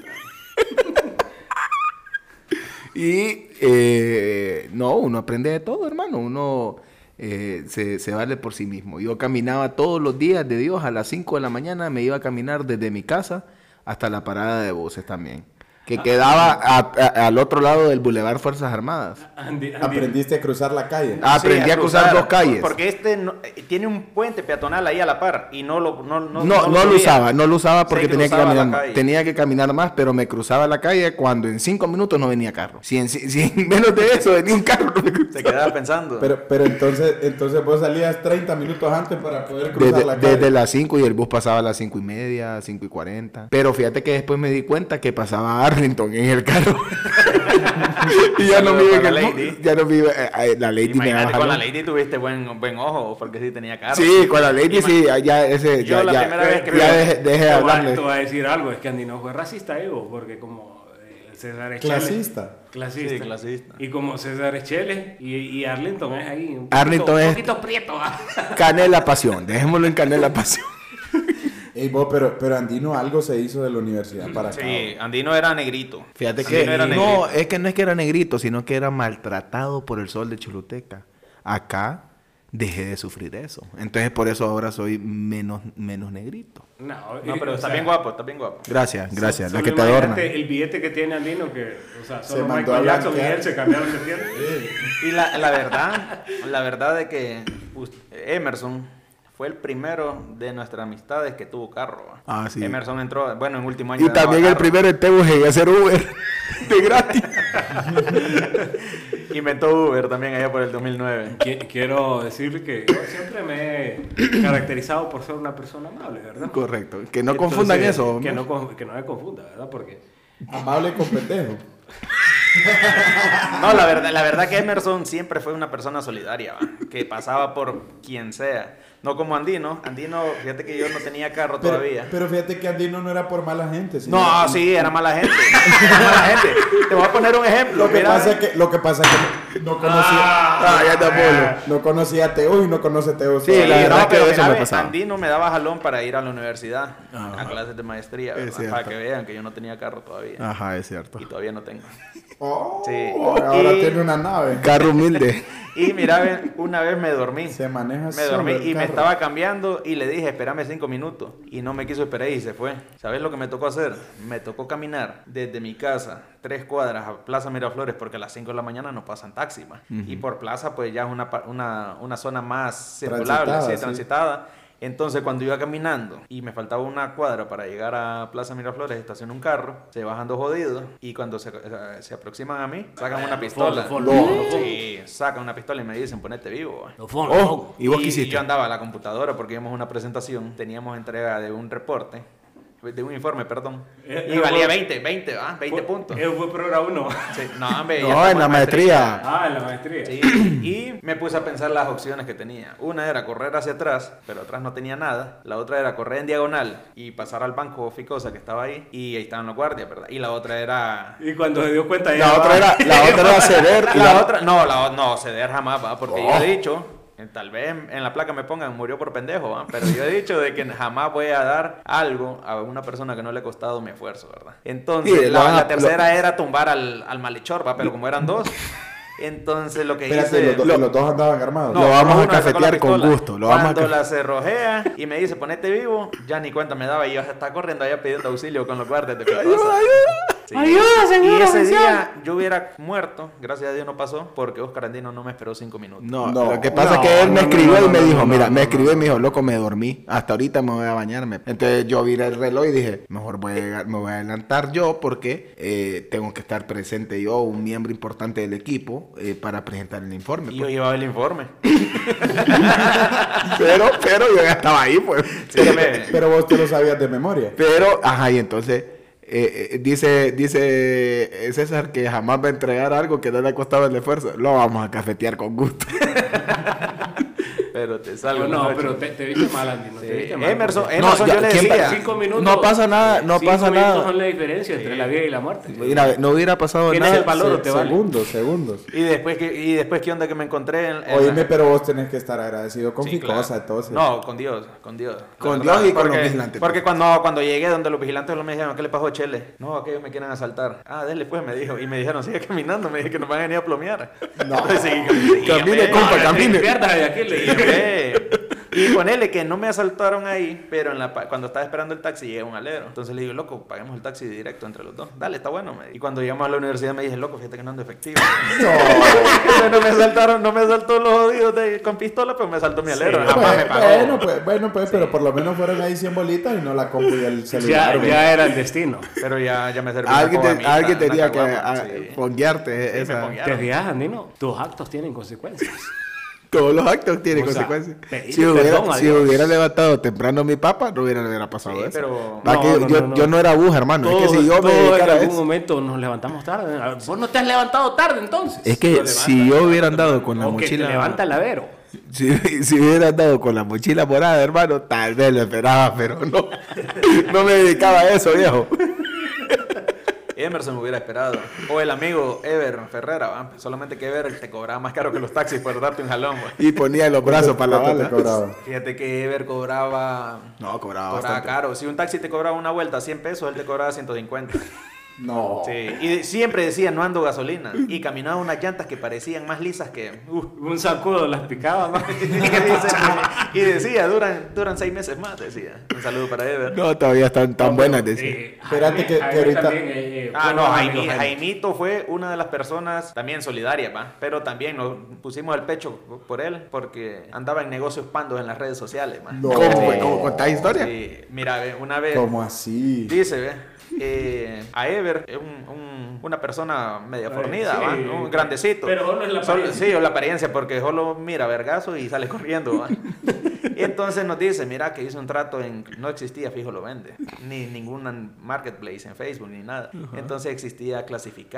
C: Y eh, no, uno aprende de todo, hermano. Uno eh, se, se vale por sí mismo. Yo caminaba todos los días de Dios a las 5 de la mañana. Me iba a caminar desde mi casa hasta la parada de buses también. Que quedaba a- a- al otro lado del Boulevard Fuerzas Armadas.
A: Andi- Andi-
B: Aprendiste a cruzar la calle.
C: Ah, Aprendí
D: Sí,
C: a cruzar dos calles.
D: Porque este no- eh, tiene un puente peatonal ahí a la par y no lo no,
C: No, no, lo
D: subía.
C: usaba, no lo usaba
D: Se
C: porque tenía que
D: cruzaba la
C: caminar más.
D: calle.
C: Tenía que caminar más, pero me cruzaba la calle cuando en cinco minutos no venía carro. Si en, si- si en menos de eso venía un carro, no me
D: Se
C: cruzaba.
D: quedaba pensando.
B: Pero, pero entonces, entonces vos salías 30 minutos antes para poder cruzar
C: Desde,
B: la calle.
C: desde las 5 y el bus pasaba a las 5 y media, 5 y 40. Pero fíjate que después me di cuenta que pasaba Arlington en el carro. y ya no me iba
D: Saludos
C: en
D: para
C: el
D: la
C: bus,
D: lady.
C: Ya no me iba. eh, eh, la lady me
D: Imagínate
C: daba
D: con la
C: jalón.
D: Lady tuviste buen, buen ojo, porque sí tenía carro.
C: Sí, con la lady sí. Ya, ese,
D: Yo
C: ya,
D: la
C: ya,
D: primera vez que
C: ya
D: me-
C: dejé, dejé
A: Te
C: de
A: voy a-
C: hablarle.
A: Te voy a decir algo, es que Andy no fue racista, Evo, porque como eh, César Echele...
B: Clasista.
A: Clasista.
D: Sí, clasista.
A: Y como César Echele y, y Arlington es ahí. Un
C: Arlington
A: poquito,
C: es-
A: Un poquito prieto. ¿va?
C: Canela pasión. Dejémoslo en canela pasión.
B: Ey, vos, pero, pero Andino algo se hizo de la universidad para acá.
D: Sí, Andino era negrito.
C: Fíjate
D: Andino
C: que
D: era
C: no, eh,
D: negrito.
C: es que no es que era negrito, sino que era maltratado por el sol de Choluteca. Acá dejé de sufrir eso. Entonces por eso ahora soy menos, menos negrito.
A: No,
D: No,
A: y-
D: pero
A: o
D: está
A: sea,
D: bien guapo, está bien guapo.
C: Gracias, gracias.
A: solo
C: la que te adorna.
A: imagínate El billete que tiene Andino, que, o sea,
B: Se
A: solo
B: mandó
A: Michael
B: a
A: Jackson y
B: blanquear.
A: él se cambiaron que tiene.
D: Y la, la verdad, la verdad de que us- Emerson fue el primero de nuestras amistades que tuvo carro. ¿va?
C: Ah, sí.
D: Emerson entró, bueno, en último año.
C: Y
D: de nuevo
C: también el
D: carro.
C: primero en Tebus en hacer Uber de gratis.
D: Inventó Uber también allá por el 2009.
A: Qui- Quiero decir que yo siempre me he caracterizado por ser una persona amable, ¿verdad?
C: Correcto. Que no
A: Entonces,
C: confundan eso.
A: Que
C: hombre.
A: no, con- que no me confunda, ¿verdad? Porque
B: Amable con pendejo.
D: No, la verdad, la verdad que Emerson siempre fue una persona solidaria, ¿va? que pasaba por quien sea. No como Andino. Andino, fíjate que yo no tenía carro
B: Pero,
D: todavía.
B: pero fíjate que Andino no era por mala gente. sino-
D: no, ah, sí, era mala gente. Era mala gente. Te voy a poner un ejemplo.
B: Lo que,
D: mira.
B: pasa es que, lo que pasa es que no no conocía,
C: Ah, ya te apolo.
B: no conocía a Teo y no conoce a Teo.
C: Sí, la
D: no,
C: verdad que
D: pero
C: eso
D: mira,
C: me
D: ve,
C: pasaba.
D: Andino me daba jalón para ir a la universidad a clases de maestría,
C: Es
D: ¿verdad?
C: cierto. Ah,
D: para que vean que yo no tenía carro todavía.
C: Ajá, es cierto.
D: Y todavía no tengo.
B: Oh,
D: Sí.
B: Ahora
D: Y-
B: tiene una nave.
C: Carro humilde.
D: Y mira, ve, una vez me dormí.
B: Se maneja
D: Me
B: solo
D: dormí
B: el
D: y me
B: carro.
D: estaba cambiando y le dije, espérame cinco minutos. Y no me quiso esperar y se fue. ¿Sabes lo que me tocó hacer? Me tocó caminar desde mi casa, tres cuadras a Plaza Miraflores, porque a las 5 de la mañana no pasan taxi más. Y por Plaza, pues ya es una, pa- una, una zona más circulable,
B: Transitada,
D: sí,
B: sí.
D: transitada. Entonces, cuando iba caminando y me faltaba una cuadra para llegar a Plaza Miraflores, estaciono un carro, se bajan dos jodidos y cuando se, eh, se aproximan a mí, sacan una pistola.
A: fondo, fondo.
D: Sí, sacan una pistola y me dicen, ponete vivo.
A: Lo fue, lo
C: Oh,
A: fue.
C: ¿y vos qué
D: yo
C: hiciste?
D: andaba a la computadora porque íbamos a una presentación, teníamos entrega de un reporte de un informe, perdón.
A: Eh,
D: Y
A: eh,
D: valía
A: bueno.
D: 20, 20, ah, 20
A: Fue-
D: puntos.
A: eh, fue programa 1.
D: Sí, no, hombre, ya
C: No,
D: estamos
C: en la maestría.
A: Ah, en la maestría.
D: Sí, y me puse a pensar las opciones que tenía. Una era correr hacia atrás, pero atrás no tenía nada. La otra era correr en diagonal y pasar al banco Ficosa que estaba ahí. Y ahí estaban los guardias, ¿verdad? Y la otra era...
A: Y cuando se dio cuenta
C: La otra era, la otra era ceder y
D: La otra, no, la, o- no, ceder jamás, va, porque
C: Oh.
D: yo he dicho, eh, tal vez en la placa me pongan murió por pendejo, va, pero yo he dicho de que jamás voy a dar algo a una persona que no le ha costado mi esfuerzo, ¿verdad? Entonces,
C: Sí, lo
D: la,
C: van a-
D: la tercera era tumbar al, al malhechor, va, pero como eran dos, entonces lo que
B: Espérate,
D: hice...
B: los, do- los dos andaban armados.
C: No. Lo vamos a
D: uno le sacó la
C: cafetear con
D: pistola.
C: gusto, lo vamos a
D: Cuando
C: ca-
D: la cerrojea y me dice, ponete vivo, ya ni cuenta me daba y yo estaba corriendo allá pidiendo auxilio con los guardias de Ficosa. Sí.
A: Ayuda, señor
D: Y ese
A: oficial.
D: día yo hubiera muerto, gracias a Dios no pasó, porque Oscar Andino no me esperó cinco minutos.
C: No,
B: No.
C: lo que pasa es
B: No,
C: que él me
B: no,
C: escribió
B: no,
C: y me
B: no,
C: dijo,
B: no,
C: mira,
B: no,
C: me
B: no,
C: escribió y me dijo, loco, me dormí. Hasta ahorita me voy a bañarme. Entonces yo vi el reloj y dije, mejor voy a llegar- me voy a adelantar yo porque eh, tengo que estar presente yo, un miembro importante del equipo, eh, para presentar el informe.
D: Y yo
C: pues.
D: llevaba el informe.
C: Pero, pero yo ya estaba ahí, pues.
D: Sí, me-
B: Pero vos te lo sabías de memoria.
C: Pero, ajá, y entonces eh, eh, dice, dice eh, César que jamás va a entregar algo que no le ha costado el esfuerzo. Lo vamos a cafetear con gusto.
D: pero te salgo.
A: Algo, no,
D: muchacho.
A: pero te, te viste mal, Andy. No te
D: Sí.
A: viste mal.
D: Emerson,
A: porque-
D: Em- Emerson, yo le
C: ¿quién
D: decía,
C: va-
A: Cinco minutos.
C: No pasa nada, no
A: Cinco
C: pasa
A: minutos
C: nada.
A: son la diferencia entre la vida y la muerte.
C: Mira, no hubiera pasado
A: ¿Quién es
C: nada.
A: el valor?
B: Se-
A: te vale.
B: Segundos, segundos.
D: Y después, que, y después, ¿qué onda que me encontré en, en
B: Oíme, pero vos tenés que estar agradecido con
D: Sí,
B: Ficosa,
D: claro.
B: entonces.
D: No, con Dios, con Dios. La
C: Con
D: verdad,
C: Dios y con los
D: porque-
C: vigilantes. pues.
D: Porque cuando, cuando llegué donde los vigilantes me dijeron, ¿qué le pasó a Chele? No, aquellos me quieren asaltar. Ah, déle pues, me dijo. Y me dijeron, sigue caminando, me dije que nos van a venir a plomear.
B: No.
D: Entonces, seguí caminando.
C: Camine,
D: Y,
C: compa,
D: hombre,
C: camine.
A: Despierta Ah, de aquí, le
D: y,
A: dije.
D: hombre. Y con él, que no me asaltaron ahí, pero en la, pa- cuando estaba esperando el taxi, llega un alero. Entonces le digo, loco, paguemos el taxi directo entre los dos. Dale, está bueno. me dijo. Y cuando llegamos a la universidad me dije, loco, fíjate que no ando efectivo. Entonces, no me asaltaron, no me asaltó los jodidos de- con pistola, pero me asaltó mi alero.
B: Pues,
D: Jamás me pagó.
B: bueno, pues, bueno, pues, pero por lo menos fueron ahí 100 bolitas y no la compu y el celular.
A: Ya,
B: güey.
A: ya era el destino.
D: Pero ya, ya me serví una
C: Alguien, te-
D: cobamita,
C: alguien
D: una
C: tenía que
D: caguama,
C: a-
D: sí.
C: fonguearte
D: Sí, me
C: esa-
D: fonguearon.
A: ¿Te fijas, Andino? Tus actos tienen consecuencias.
C: Todos los actos tienen
A: O sea,
C: consecuencias.
A: pedirle
C: Si hubiera,
A: perdón a
C: si
A: Dios.
C: hubiera levantado temprano mi papa, no hubiera, hubiera pasado
D: Sí,
C: eso.
D: pero-
C: Va
A: No,
C: que
A: no, no,
C: yo,
A: no.
C: yo Ah, no era aguja, hermano. es que si yo me
A: todos en
C: dedicara a
A: algún
C: eso-
A: momento nos levantamos tarde. A ver, Vos no te has levantado tarde entonces.
C: Es que
D: Lo
C: si
D: levanta,
C: yo hubiera andado con la
A: O que te
C: mochila.
A: levanta el avero.
C: Si, si hubiera andado con la mochila morada, hermano, tal vez lo esperaba, pero no. No me dedicaba a eso, viejo.
D: Emerson me hubiera esperado. O el amigo Ever Ferrera, ¿va? solamente que Ever te cobraba más caro que los taxis por darte un jalón. ¿va?
C: Y ponía los brazos para la
B: Cabal,
C: bala.
B: cobrado.
D: Fíjate que Ever cobraba,
C: No, cobraba
D: cobraba
C: bastante.
D: caro. Si un taxi te cobraba una vuelta 100 pesos, él te cobraba 150.
B: No.
D: Sí. Y de- siempre decía, no ando gasolina. Y caminaba unas llantas que parecían más lisas que...
A: Uh, un sacudo las picaba. ¿no?
D: y, dice- y decía, duran, duran seis meses más, decía. Un saludo para Ever.
C: No, todavía están tan buenas, decía.
A: Eh,
B: Espérate
A: Jaime-
B: que- que
A: Jaime
B: ahorita-
A: también, eh, eh,
D: Ah,
A: bueno,
D: no,
A: amigo
D: Jaime-
A: Jaime.
D: Jaimito fue una de las personas también solidarias, ¿va? Pero también nos pusimos el pecho por él porque andaba en negocios pandos en las redes sociales, ¿va?
B: No.
C: ¿Cómo,
B: Sí.
C: ¿Cómo contás historia?
D: Sí, mira, ve, una vez
B: ¿Cómo así?
D: dice, ve, eh, a Ever, es un- un- una persona media
A: Ay,
D: fornida,
A: sí.
D: ¿va? Un grandecito.
A: Pero solo es la
D: Solo-
A: apariencia.
D: Sí, o la apariencia, porque solo mira vergazo y sale corriendo, ¿va? Y entonces nos dice, mira, que hizo un trato en... No existía, fijo, lo vende. Ni ningún marketplace en Facebook, ni nada. Entonces existía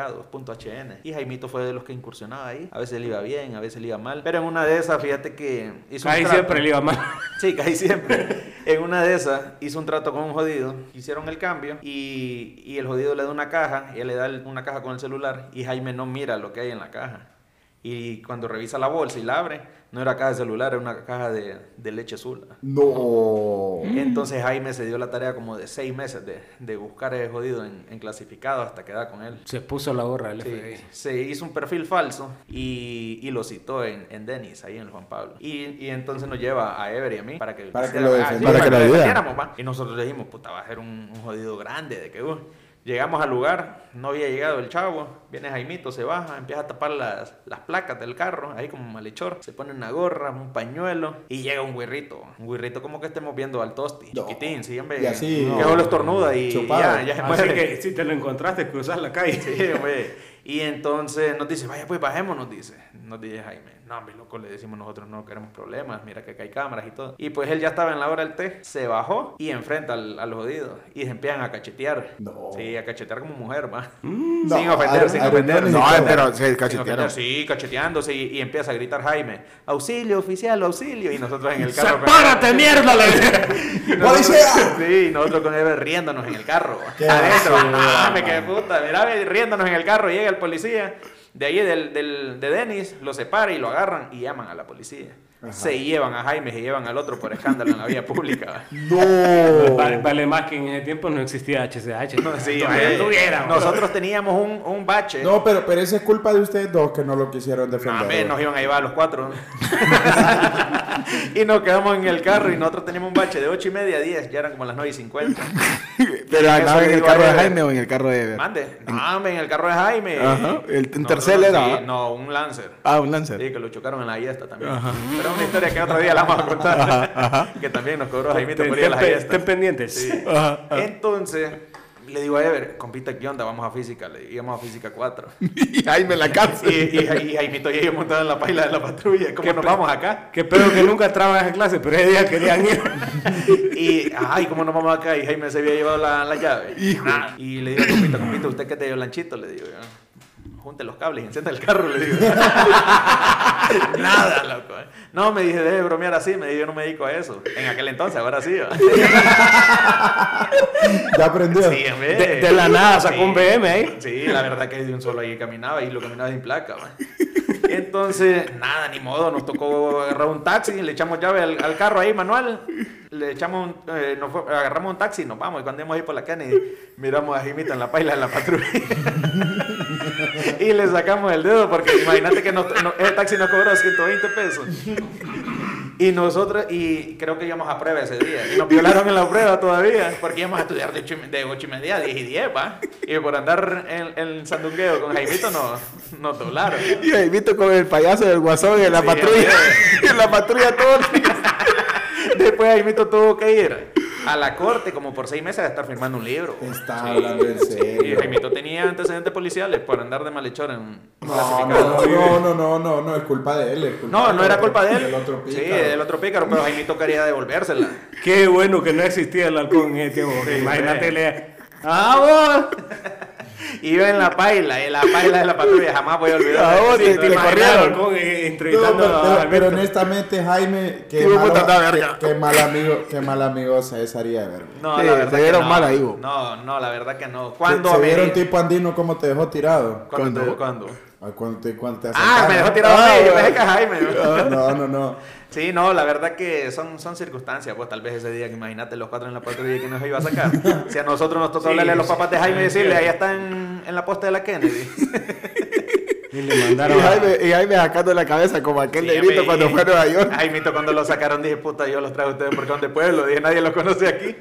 D: clasificados.hn. Y Jaimito fue de los que incursionaba ahí. A veces le iba bien, a veces le iba mal. Pero en una de esas, fíjate que hizo un
A: Jaime
D: trato.
A: siempre le iba mal.
D: Sí, casi siempre. En una de esas hizo un trato con un jodido, hicieron el cambio y, y el jodido le da una caja, y él le da el- una caja con el celular y Jaime no mira lo que hay en la caja. Y cuando revisa la bolsa y la abre, no era caja de celular, era una caja de, de leche azul.
B: No.
D: Entonces Jaime se dio la tarea como de seis meses de, de buscar a ese jodido en, en clasificado hasta quedar con él.
A: Se puso la gorra del
D: Sí,
A: FBI.
D: se hizo un perfil falso y, y lo citó en, en Denis, ahí en el Juan Pablo. Y, y entonces nos lleva a Ever y a mí para que,
B: Para que lo
D: ah, sí,
B: defendiera.
C: Para que lo ayudara.
D: defendiéramos, va. Y nosotros le dijimos, puta, va a ser un, un jodido grande de que uh". Llegamos al lugar, no había llegado el chavo, viene Jaimito, se baja, empieza a tapar las, las placas del carro, ahí como malhechor, se pone una gorra, un pañuelo y llega un güirrito, un güirrito como que estemos viendo al tosti,
B: No.
D: chiquitín, sí, hombre,
B: Y así,
D: que solo estornuda y
B: chupado.
D: ya, ya se
A: Así
D: muere.
A: que si te lo encontraste, cruzas la calle.
D: Sí, güey. Y entonces nos dice, vaya pues bajemos, nos dice. Nos dice Jaime, no, mi loco, le decimos nosotros no queremos problemas, mira que acá hay cámaras y todo. Y pues él ya estaba en la hora del té, se bajó y enfrenta al, a los jodidos y se empiezan a cachetear.
B: No.
D: Sí, a cachetear como mujer, va.
C: Mm.
B: no,
D: sin ofender,
B: ar-
D: sin
B: arruinar
D: ofender.
B: ni
C: No,
B: todo.
C: pero se
D: Sin
C: cachetearon.
D: ofender, Sí, cacheteándose y, y empieza a gritar Jaime, auxilio oficial, auxilio. Y nosotros en el carro.
A: ¡Sepárate, mierda! Le decía.
D: Y nosotros-
B: ¡Policía!
D: Sí, y nosotros con él riéndonos en el carro.
B: Qué
D: Adentro.
B: basura,
D: Ah, me quedé puta. Mirá, ve, riéndonos en el carro. Llega el policía de ahí, del, del- de Denis, lo separa y lo agarran y llaman a la policía. Se llevan a Jaime, se llevan al otro por escándalo en la vía pública.
C: Oh.
B: No.
A: Vale, vale más que en ese tiempo no existía HCH.
D: No, sí,
A: Todavía
D: eh,
A: tuviera, bro.
D: nosotros teníamos un, un bache.
B: No, pero, pero esa es culpa de ustedes dos que no lo quisieron defender.
D: A ver, nos iban a llevar a los cuatro. y nos quedamos en el carro y nosotros teníamos un bache de 8 y media a 10. Ya eran como las 9 y 50.
C: Pero
D: Eso
C: andaba
D: le
C: en el
D: digo a
C: carro de
D: Ever.
C: Jaime o en el carro de Ever.
D: Mande. No, hombre, en el carro de Jaime.
C: Ajá, el- un
D: No,
C: tercer
D: no,
C: era.
D: sí, no, un Lancer.
C: Ah, un Lancer.
D: Sí, que lo chocaron en la fiesta también. Pero es una historia que otro día la vamos a contar. que también nos cobró Jaime por ir a
A: Estén
D: la
A: pe-
D: fiesta.
A: estén pendientes.
D: Sí.
C: Ajá, ajá.
D: Entonces, le digo a Ever, compita, ¿qué onda? Vamos a física. Le íbamos a física 4.
C: Y Jaime en la
D: Y,
C: cárcel.
D: y, y Jaimito y yo montados en la paila de la patrulla. ¿Cómo
A: ¿Qué
D: nos
A: pe-
D: vamos acá?
A: Qué pedo que nunca traba esa clase, pero ese día querían ir.
D: Y, ay, ¿cómo nos vamos acá? Y Jaime se había llevado la, la llave. Nah. Y le digo, compita, compita, ¿usted qué te dio lanchito? Le digo, yo. Junte los cables y encienda el carro, le digo. Nada, loco. No, me dije, deje de bromear así. Me dije, yo no me dedico a eso. En aquel entonces, ahora sí. ¿va?
B: Ya aprendió.
D: Sí, hombre.
A: De, de la nada sacó un
D: Sí.
A: BM ahí.
D: Sí, la verdad que de un solo ahí caminaba y lo caminaba sin placa, man. Entonces, nada, ni modo, nos tocó agarrar un taxi, le echamos llave al, al carro ahí, Manuel. Le echamos un, eh, nos fue- agarramos un taxi y nos vamos. Y cuando íbamos ahí por la Kennedy, miramos a Jimita en la paila en la patrulla. y le sacamos el dedo porque imagínate que nos- no- el taxi nos cobró 120 pesos. Y nosotros, y creo que íbamos a prueba ese día. Y nos violaron en la prueba todavía, porque íbamos a estudiar de 8 y, me- de ocho y media a 10 y 10, ¿va? Y por andar en, en sandungueo con Jaimito nos, nos doblaron.
C: Y Jaimito con el payaso del guasón en la
D: Sí,
C: patrulla.
D: hombre.
C: en la patrulla todo.
D: Después Jaimito tuvo que ir a la corte como por 6 meses a estar firmando un libro.
B: Está hablando en
D: Y
B: serio.
D: Jaimito tenía antecedentes policiales por andar de malhechor en
B: No,
D: clasificado.
B: no, no, no, no, no, no, es culpa de él. es culpa
D: No,
B: del
D: no era
B: otro-
D: culpa de él.
B: del otro pícaro.
D: Sí, del otro pícaro, pero Jaimito quería devolvérsela.
A: Qué bueno que no existía el alcohol en ese tiempo. porque
D: Sí,
A: Imagínate,
D: hombre.
A: le. ¡Ah, vos!
D: Iba en la paila, en la paila de la patrulla, jamás voy a olvidar.
C: Ahora,
D: Sí,
C: y
D: no,
C: Ah, te
D: no,
A: Imagínate
C: corrieron.
A: al halcón, eh,
B: No, pero,
A: entrevistando a
B: pero- pero
A: Alberto.
B: honestamente, Jaime, qué
C: Tú, puta, anda,
B: mal,
C: verga.
B: qué, qué mal amigo, qué mal amigo César y Ever.
D: No,
C: Sí,
D: la verdad
C: se
D: que
C: vieron
D: no.
C: mal ahí, vos.
D: No, no, la verdad que no.
B: Cuando
D: ¿Cuándo
B: se
D: me-
B: vieron tipo andino cómo te dejó tirado.
D: ¿Cuándo?
C: Cuando-
D: ¿Cuándo?
B: Ay, Cuando te, cuando te
D: Ah,
B: asaltaron.
D: me dejó tirado
C: Ah,
D: a mí, yo
C: bueno.
D: pensé que a Jaime. ¿no?
B: No, no, no.
D: Sí, no, la verdad que son, son circunstancias. Pues tal vez ese día que imagínate los cuatro en la patrulla que nos iba a sacar. Si a nosotros nos tocó
A: Sí,
D: hablarle a los
A: sí.
D: papás de Jaime y decirle,
A: Sí.
D: ahí están en la posta de la Kennedy.
A: Y le mandaron.
C: Y
A: a-
C: Jaime, y Jaime sacando la cabeza como aquel
D: Sí,
C: negrito
D: hombre, Ah,
C: cuando
D: y-
C: fue a Nueva York.
D: Jaimito, cuando lo sacaron, dije, puta, yo los traigo a ustedes porque son de pueblo. Dije, nadie los conoce aquí.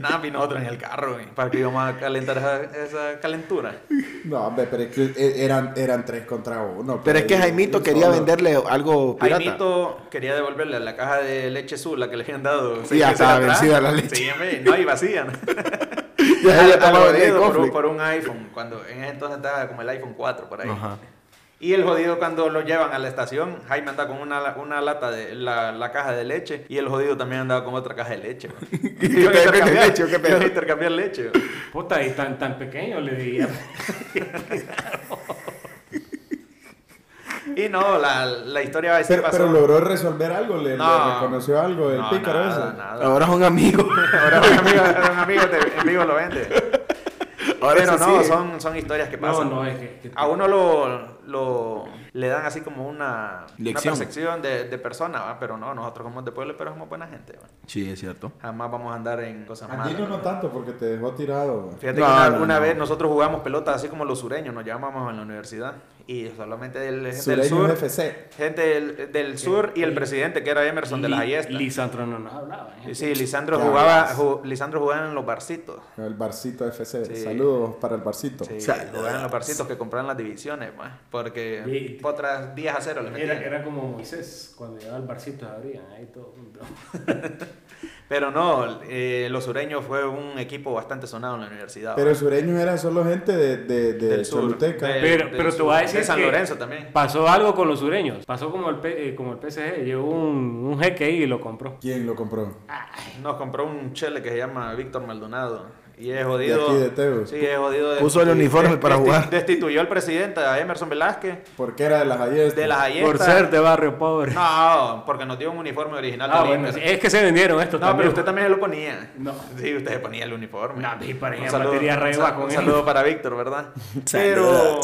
D: Nada, vino otro en el carro, güey, para que íbamos a calentar esa, esa calentura.
B: No, hombre, pero es que eh, eran, eran tres contra uno.
C: Pero es que Jaimito quería
B: solo.
C: venderle algo pirata.
D: Jaimito quería devolverle la caja de leche Zula que le habían dado. seis
C: Y ya
D: meses
C: estaba
D: atrás.
C: vencida la leche.
D: Sí, hombre, no, y vacía. ¿no?
C: Ya
D: Al-
C: había
D: al
C: tomado el
D: jodido por,
C: Conflict.
D: un, por un iPhone, cuando en ese entonces estaba como el iPhone 4 por ahí.
C: Ajá.
D: Y el jodido cuando lo llevan a la estación, Jaime anda con una, la- una lata de la, la caja de leche y el jodido también andaba con otra caja de leche. man.
C: Y
D: Iban a
C: te venden
D: intercambiar-
C: leche, ¿o qué pedo?
D: iban a intercambiar leche. man.
A: Puta, y tan, tan pequeño le diría.
D: Y no, la, la historia va a ser
B: Pero, pero logró resolver algo, le, le reconoció algo el pícaro
D: nada,
B: ese.
D: nada.
C: Ahora es un amigo.
D: Ahora un amigo, un amigo te- en vivo lo vende.
C: Ahora
D: Pero
C: sí
D: no,
C: sigue.
D: son, son historias que
A: No,
D: pasan.
A: no, es que. que-
D: A uno lo, lo- le dan así como una, una
C: Lección.
D: percepción de, de persona, ¿va? pero no, nosotros somos de pueblo, pero somos buena gente. ¿va?
C: Sí, es cierto.
D: Jamás vamos a andar en cosas malas.
B: Andino no tanto porque te dejó tirado. güey.
D: Fíjate
C: No,
D: que una,
C: no,
D: una
C: no.
D: vez nosotros jugamos pelota así como los sureños, nos llamábamos en la universidad y solamente del, gente del
B: Sureño
D: sur,
B: FC.
D: gente del, del sur y el presidente que era Emerson de las
A: Li-
D: Ayestas.
A: Lisandro no nos hablaba. ¿eh?
D: Sí, Lisandro
B: Ya
D: jugaba,
B: ves.
D: ju- Lisandro jugaba en los barcitos.
B: El barcito FC.
D: Sí.
B: Saludos para el barcito.
D: Sí,
C: Saludos.
D: jugaban en los barcitos que compraban las divisiones, más porque
A: Sí.
D: otras 10 a 0 les
A: Era,
D: metían.
A: era como Moisés, cuando llegaba al barcito se abrían ahí todo junto.
D: Pero no, eh, los sureños fue un equipo bastante sonado en la universidad.
B: Pero sureño era solo gente de, de, de
D: Del sur,
B: Choluteca.
D: de-
A: Pero,
D: del
A: pero te
D: sur,
A: voy a
D: de
A: decir
D: San
A: que
D: Lorenzo también.
A: Pasó algo con los sureños. Pasó como el, P- eh, como el PSG. Llegó un, un jeque ahí y lo compró.
B: ¿Quién lo compró?
D: Nos compró un chele que se llama Víctor Maldonado. Y es
B: De
D: jodido.
B: aquí de Tegu.
D: Sí, es jodido. de-
C: Puso el
D: de-
C: uniforme
D: de-
C: para
D: desti-
C: jugar.
D: Destituyó al presidente, a Emerson Velázquez,
B: Porque era de las ayer.
D: de las Ayestas.
A: Por ser de barrio pobre.
D: No, porque nos dio un uniforme original.
A: Ah,
D: del
A: bueno,
D: Inter.
A: sí, es que se vendieron estos
D: No, pero
A: también.
D: usted también lo ponía.
A: No.
D: Sí, usted se ponía el uniforme.
A: No, y para
D: Un
A: ella
D: saludo-
A: batería re
D: un
A: va
D: sa-
A: con
D: un
A: él.
D: saludo para Víctor, ¿verdad?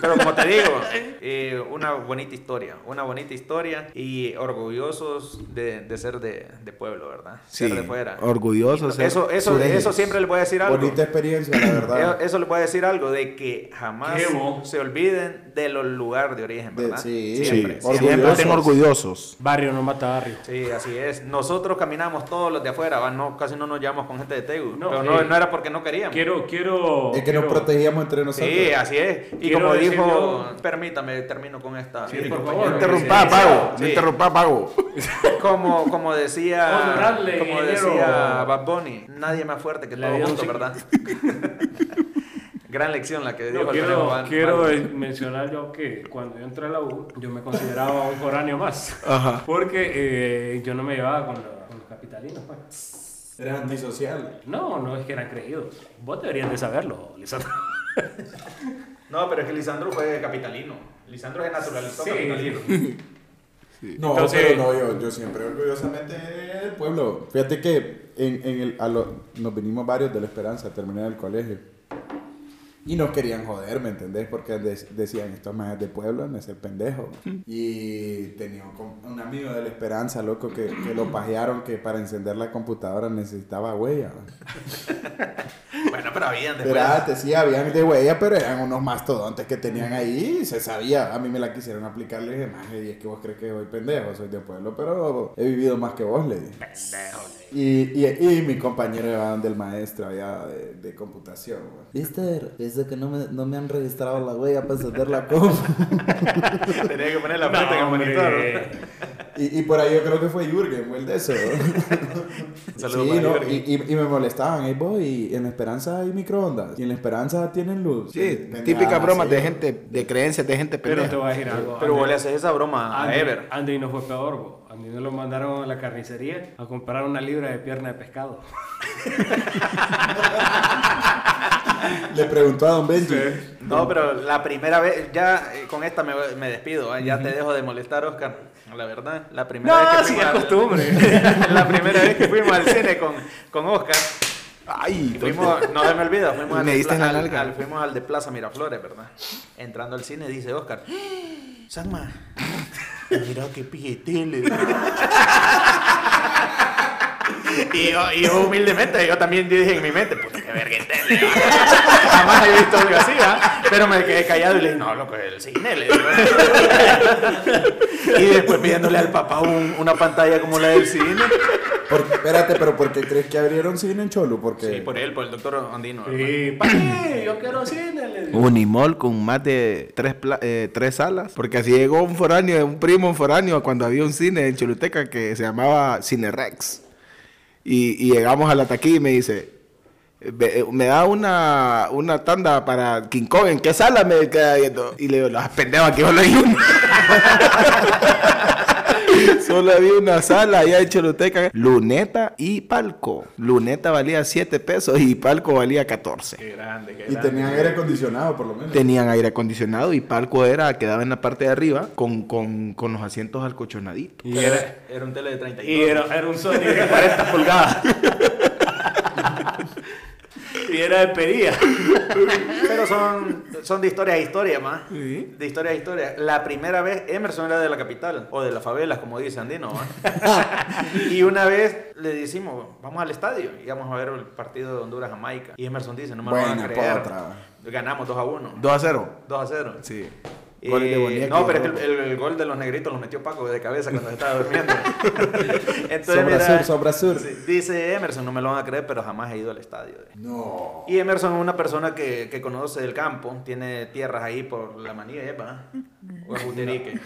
D: Pero, pero como te digo, eh, una bonita historia, una bonita historia y orgullosos de, de ser de, de pueblo, ¿verdad?
C: Sí,
D: Ser de fuera.
C: orgullosos. ser
D: Eso, eso,
C: sureños.
D: eso siempre le voy a decir algo.
B: Bonita experiencia, la verdad.
D: Eh, Eso le voy a decir algo de que jamás
A: Qué bo-
D: se olviden de los lugares de origen,
B: De-
D: ¿verdad?
B: sí,
C: eh.
D: siempre.
B: sí.
D: siempre.
C: Siempre estén orgullosos.
A: Barrio no mata barrio.
D: Sí, así es. Nosotros caminamos todos los de afuera, va, no, casi no nos llevamos con gente de Tegu,
A: No,
D: pero no,
A: eh,
D: no era porque no queríamos.
A: Quiero, quiero.
B: es que nos
A: quiero-
B: protegíamos entre nosotros.
D: Sí, así es.
A: Quiero
D: Y como
A: decir
D: dijo,
A: yo-
D: permítame, termino con esta.
A: Sí,
D: mi
A: por
D: compañero.
A: favor.
C: No interrumpa,
D: Sí,
C: Pago.
D: sí.
C: No interrumpa, Pago.
D: Como, como decía,
A: Honorable
D: como
A: ingeniero.
D: decía Bad Bunny, nadie más fuerte que
A: Le
D: todo
A: dio un
D: junto,
A: sí.
D: ¿verdad? Gran lección la que
A: No,
D: dijo el
A: quiero,
D: conejo Bad-
A: quiero,
D: Bad-
A: eh, mencionar yo que cuando yo entré a la U, yo me consideraba un foráneo más.
C: Ajá.
A: Porque eh, yo no me llevaba con, la- con los capitalinos. pues.
B: Eres antisocial.
A: No, no es que eran creídos. Vos deberías de saberlo, Lisandro.
D: No, pero es que Lisandro fue capitalino. Lisandro se naturalizó
A: Sí.
D: capitalino.
B: No,
A: Entonces-
B: pero no, yo, yo siempre orgullosamente del pueblo. Fíjate que en, en el, a lo- nos vinimos varios de la esperanza a terminar el colegio. Y nos querían joder, ¿me entendés? Porque de- decían, estos más de pueblo no es el pendejo. Y tenía un, com- un amigo de la esperanza, loco, que, que lo pajearon que para encender la computadora necesitaba huella.
D: Bueno, pero habían después.
B: Espérate, sí, habían de huella, pero eran unos mastodontes que tenían ahí, y se sabía. A mí me la quisieron aplicar, le dije, maje, y es que vos crees que soy pendejo, soy de pueblo, pero he vivido más que vos, le dije.
A: Pendejo. le-
B: Y, y, y mi compañero era del maestro allá de, de computación, güey.
E: Mister, dice que no me, no me han registrado la huella para encender la compu.
D: Tenía que poner la frente en el
A: No,
D: monitor.
A: hombre.
B: Y, y por ahí yo creo que fue Jürgen, fue el de eso.
D: Saludos
B: sí,
D: para
B: no,
D: Jürgen.
B: y, y- y me molestaban, ahí voy, y en la esperanza hay microondas, y en la esperanza tienen luz.
C: Sí,
B: Pendejadas
C: típica broma
B: así,
C: de
B: güey.
C: gente, de creencias de gente
A: Pero te
C: pendeja.
A: voy a decir algo.
D: Pero vos
A: Andrés.
D: le haces esa broma a
A: Andy-
D: Ever.
A: Andy no fue peor, bo. Andy no lo mandaron a la carnicería a comprar una libra de pierna de pescado.
B: Le preguntó a don Benji.
D: No, pero la primera vez, ya eh, con esta me, me despido, ¿eh? ya te dejo de molestar, Oscar. La verdad, la primera
A: No,
D: vez que
A: sí,
D: fuimos
A: es
D: al-
A: costumbre.
D: la primera vez que fuimos al cine con, con Oscar,
C: Ay,
D: y fuimos, no se me olvida, fuimos al,
C: Me
D: de
C: diste en la
D: al-
C: nalga.
D: al- fuimos al de Plaza Miraflores, ¿verdad? Entrando al cine dice Oscar, Sanma, mira qué pijetele. Y yo, y yo humildemente, yo también dije en mi mente, puta que verga tele. Jamás he visto algo así, ¿ah? Pero me quedé callado y le dije, no, loco, el cine. le digo. y después pidiéndole al papá un- una pantalla como la del cine.
B: Por- espérate, pero ¿por qué crees que abrieron cine en Cholu? Porque
D: Sí, por él, por el doctor Andino. ¿verdad?
A: Sí, papi, yo quiero cine. le digo.
C: Unimol con más de tres, pla- eh, tres salas. Porque así llegó un foráneo, un primo, un foráneo, cuando había un cine en Choluteca que se llamaba Cine Rex. Y, y llegamos a la taquilla y me dice, "Ve- eh, me da una, una tanda para King Kong, ¿en qué sala me queda viendo? Y le digo, las pendejas que solo hay una. solo había una sala allá en Choluteca. Luneta y palco. Luneta valía 7 pesos y palco valía 14.
D: Qué grande, qué
B: y
D: grande.
B: tenían aire acondicionado, por lo menos.
C: Tenían aire acondicionado y palco era, quedaba en la parte de arriba con, con, con los asientos alcochonaditos.
A: Y era,
D: Era un tele de 32.
A: y era, era un Sony de 40 pulgadas. y era de pedida.
D: Pero son, son de historia a historia, más. De historia a historia. La primera vez, Emerson era de la capital, o de las favelas, como dice Andino. ¿va? y una vez le decimos, vamos al estadio y vamos a ver el partido de Honduras-Jamaica. Y Emerson dice, no me lo van a
B: Buena
D: creer.
B: potra.
D: Ganamos 2 a 1.
C: 2 a 0.
D: 2 a 0.
C: Sí.
D: Eh,
C: Goles de Boniek
D: no,
C: y
D: pero es que
C: Romo.
D: el, el- el gol de los negritos lo metió Paco de cabeza cuando estaba durmiendo. Entonces,
B: Sobra
D: mira,
B: sur, sobra sur.
D: sí, Dice Emerson, no me lo van a creer, pero jamás he ido al estadio.
B: No.
D: Y Emerson es una persona que, que conoce el campo, tiene tierras ahí por la manieva, o es Uterique.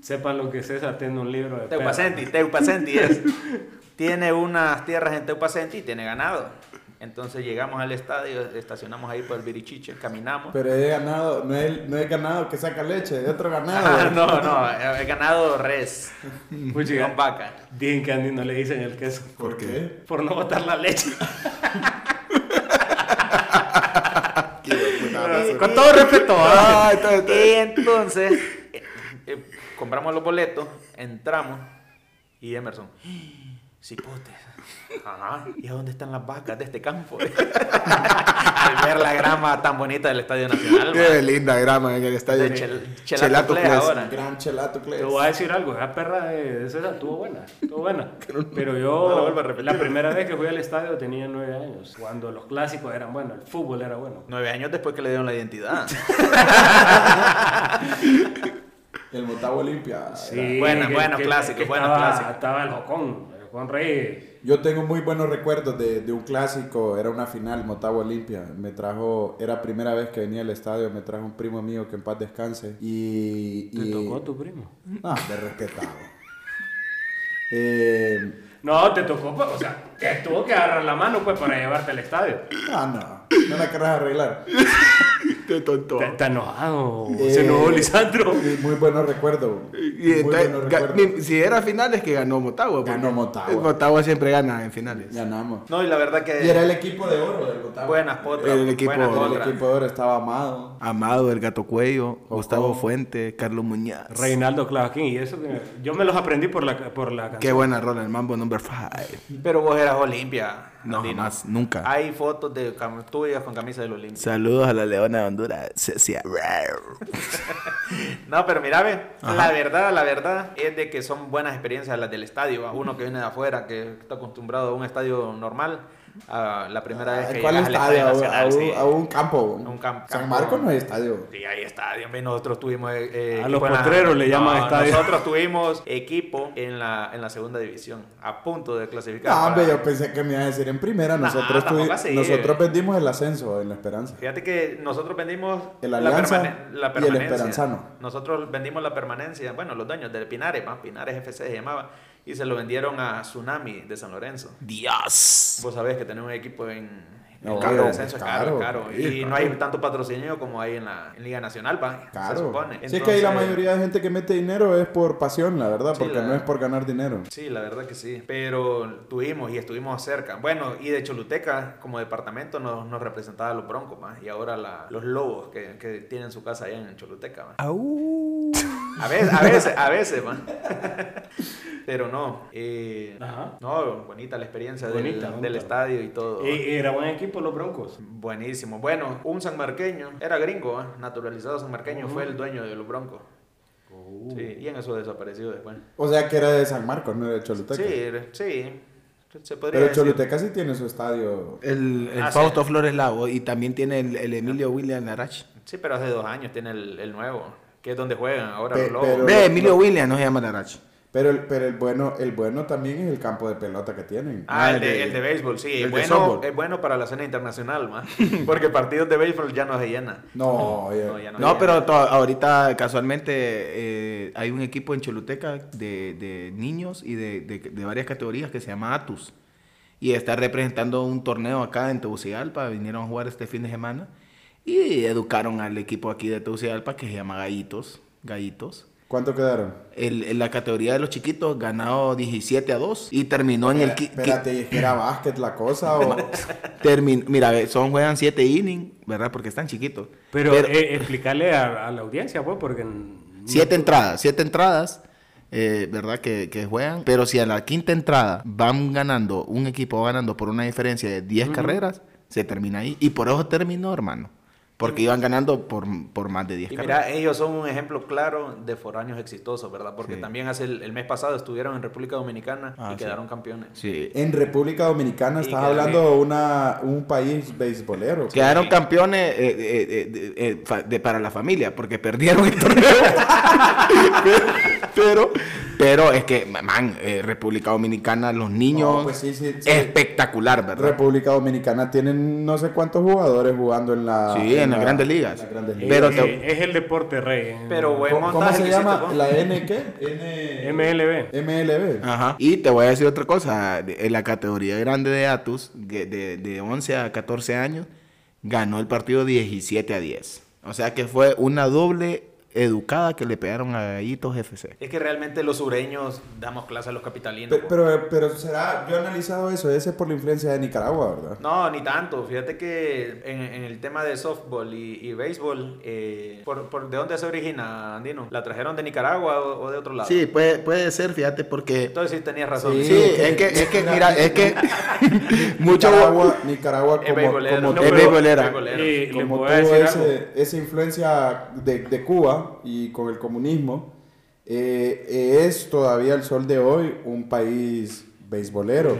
A: Sepan lo que es esa, tiene un libro de perro.
D: Teupacenti, Teupacenti es. tiene unas tierras en Teupacente y tiene ganado. Entonces llegamos al estadio, estacionamos ahí por el Virichiche, caminamos.
B: Pero he ganado, no he, no he ganado que saca leche, de otro ganado.
D: Ah, no, no, he ganado res con vaca.
A: Dean Candy no le dicen el queso.
B: ¿Por qué?
A: Por no botar la leche.
D: Con todo respeto. ¿ah? y entonces eh, eh, compramos los boletos, entramos y Emerson. Cipotes. Ajá. ¿Y a dónde están las vacas de este campo? Al ver la grama tan bonita del Estadio Nacional.
C: Qué linda grama en el estadio.
D: De Chel- Chelato Play
C: Place.
D: ahora.
B: Gran chelato,
A: Te
B: please.
A: voy a decir algo, esa perra de César estuvo buena, estuvo buena. Pero
D: No la
A: yo,
D: vuelvo a repetir.
A: la primera vez que fui al estadio tenía nueve años, cuando los clásicos eran buenos, el fútbol era bueno.
D: Nueve años después que le dieron la identidad.
B: El Motagua Olimpia. era-
D: Buena, bueno, clásico, bueno,
A: estaba,
D: clásico.
A: Estaba el Jocón, el Jocón Reyes.
B: Yo tengo muy buenos recuerdos de, de un clásico, era una final, Motagua Olimpia. Me trajo, era primera vez que venía al estadio, me trajo un primo mío que en paz descanse. Y.
A: ¿Te
B: y-
A: tocó tu primo?
B: No, de respetado. Eh,
A: No, te tocó, pues, o sea, te tuvo que agarrar la mano pues para llevarte al estadio.
B: no, no, Ah, no la querrás arreglar.
C: Qué tonto.
A: Está, está enojado,
B: Eh,
A: se enojó Lisandro.
B: Muy- Muy buenos recuerdos.
C: Y
B: muy
C: entonces,
B: buenos
C: ga-
B: recuerdos.
C: ni- si era finales que ganó Motagua. porque
B: Ganó Motagua.
C: Motagua siempre gana en finales.
B: Ganamos.
D: No, y la verdad
C: Eh.
B: Y era
D: que
B: el equipo de oro del Motagua.
D: buenas potras.
C: El equipo-
D: buenas
B: El
D: potras.
B: equipo de oro estaba amado.
C: Amado, el Gato Cuello, Gustavo
B: Ojo.
C: Fuente, Carlos Muñoz.
A: Reinaldo Clavaquín, y eso que yo me los aprendí por la, por la
C: Qué
A: canción.
C: buena rola, el Mambo Number 5.
D: Pero vos eras Olimpia.
C: No,
D: Andino.
C: jamás, nunca.
D: Hay fotos de cam- tuyas con camisa del Olimpia.
C: Saludos a la Leona de Honduras, Cecia.
D: No, pero mira, ve, la verdad, la verdad es de que son buenas experiencias las del estadio. A uno que viene de afuera, que está acostumbrado a un estadio normal, a la primera vez que
B: ¿Cuál
D: llegas al
B: estadio? A,
D: estadio
B: a
D: nacional,
B: un,
D: sí.
B: a un campo.
D: A un cam-
B: San
D: campo.
B: Marcos no es estadio.
D: Sí, hay estadio. hombre, Nosotros tuvimos. eh,
A: A
D: equipo
A: los
D: en la-
A: potreros le llaman estadio.
D: Nosotros tuvimos equipo en la, en la segunda división, a punto de clasificar.
B: No,
D: para-
B: hombre, yo pensé que me ibas a decir en primera.
D: Nah,
B: Nosotros,
D: tampoco
B: tuvi-
D: así.
B: nosotros vendimos el ascenso en la esperanza.
D: Fíjate que nosotros vendimos
B: El Alianza
D: permane-
B: y el Esperanzano.
D: Nosotros vendimos la permanencia, bueno, los dueños de Pinares, más Pinares FC se llamaba, y se lo vendieron a Tsunami de San Lorenzo.
C: Dios.
D: Vos sabés que tener un equipo en en
B: No,
D: Liga
B: obvio,
D: de Ascenso es
B: caro,
D: caro, caro,
B: sí,
D: y
B: caro.
D: no hay tanto patrocinio como hay en la en Liga Nacional, va, se
B: Claro.
D: supone.
B: si es que ahí la
D: Entonces,
B: mayoría de gente que mete dinero es por pasión, la verdad,
D: Sí,
B: porque
D: la-
B: no es por ganar dinero.
D: Sí, la verdad que sí, pero tuvimos y estuvimos cerca. Bueno, y de Choluteca como departamento nos, nos representaba a los Broncos, ma, y ahora la- los Lobos que, que tienen su casa allá en Choluteca. ma. A veces, a veces, a veces, man. Pero no. eh,
A: Ajá.
D: no, bonita la experiencia del-
A: Bonita,
D: del,
A: bonita.
D: estadio y todo.
A: Y- y era buen equipo los Broncos.
D: Buenísimo. Bueno, un sanmarqueño, era gringo, ah, naturalizado sanmarqueño, fue el dueño de los Broncos.
A: Oh.
D: Sí, y en eso desapareció después.
B: O sea que era de San Marcos, no era de Choluteca.
D: Sí, era- sí. Se podría
B: Pero
D: decir.
B: Choluteca sí tiene su estadio.
C: El, el
D: Ah, sí.
C: Fausto Flores Lago y también tiene el, el Emilio William Larach.
D: Sí, pero hace dos años tiene el, el nuevo, que es donde juegan ahora
B: Pe-
D: los Lobos.
B: pero-
C: Ve, Emilio William no se llama Larach.
B: Pero el, pero el bueno, el bueno también es el campo de pelota que tienen.
D: Ah, el de, el de béisbol, sí.
C: el de
D: Es bueno,
C: softball.
D: es bueno para la cena internacional, ma, porque partidos de béisbol ya no se llena.
B: No, oye,
D: No, ya no.
C: No, pero to- ahorita casualmente eh, hay un equipo en Choluteca de, de niños y de, de- de varias categorías que se llama Atus. Y está representando un torneo acá en Tegucigalpa. Vinieron a jugar este fin de semana. Y educaron al equipo aquí de Tegucigalpa que se llama Gallitos. Gallitos.
B: ¿Cuánto quedaron?
C: El- en la categoría de los chiquitos ganado 17 a 2 y terminó en el... qui- qui-
B: Espérate, ¿y es que era básquet la cosa o...?
C: termin- mira, ve, son juegan 7 innings, ¿verdad? Porque están chiquitos.
A: Pero, eh, explicarle a, a la audiencia, pues, porque... n-
C: Siete entradas, siete entradas, eh, ¿verdad? Que, que juegan. Pero si a la quinta entrada van ganando, un equipo va ganando por una diferencia de 10 carreras, se termina ahí. Y por eso terminó, hermano. Porque iban ganando por, por más de 10
D: Y
C: carreras.
D: mira, ellos son un ejemplo claro de foráneos exitosos, ¿verdad? Porque también hace el, el mes pasado estuvieron en República Dominicana
C: Ah,
D: y
C: sí.
D: quedaron campeones.
C: Sí.
B: En República Dominicana
D: Y
B: estás
D: quedaron-
B: hablando una, un país beisbolero.
C: Quedaron campeones eh, eh, eh, de- eh, fa- de- para la familia, porque perdieron el torneo. pero, Pero es que, man, eh, República Dominicana, los niños.
B: No, pues sí, sí, sí.
C: Espectacular, ¿verdad?
B: República Dominicana tienen no sé cuántos jugadores jugando en la.
C: sí, en, las grandes ligas.
B: en las grandes ligas.
C: Pero
A: Eh,
C: te-
A: es el deporte rey. eh.
D: Pero buen
B: ¿Cómo, cómo
D: montaje
B: se
D: que hiciste,
B: llama?
D: vos.
B: ¿La N qué? N.
A: MLB.
B: MLB.
C: Ajá. Y te voy a decir otra cosa. de- En la categoría grande de Atus, de, de- de 11 a 14 años, ganó el partido 17 a 10. O sea que fue una doble educada que le pegaron a Gallitos FC.
D: Es que realmente los sureños damos clase a los capitalinos.
B: Pe-
D: vos.
B: Pero, pero será, yo he analizado eso, ese es por la influencia de Nicaragua, ¿verdad?
D: No, ni tanto. Fíjate que en, en el tema de softball y, y béisbol, eh, por, por- ¿de dónde se origina, Andino? ¿La trajeron de Nicaragua o, o de otro lado?
C: Sí, puede, puede ser, fíjate, porque...
D: Entonces sí tenías razón.
C: Sí, es que, es que, mira, es que... mucho...
B: Nicaragua, Nicaragua
D: Es
B: como,
D: beisbolero.
B: como,
C: No, es beisbolera.
D: beisbolero.
A: Eh, les
B: como
A: voy a
B: tuvo
A: decir algo.
B: ese- esa influencia de, de Cuba y con el comunismo, eh, eh, es todavía el sol de hoy un país beisbolero.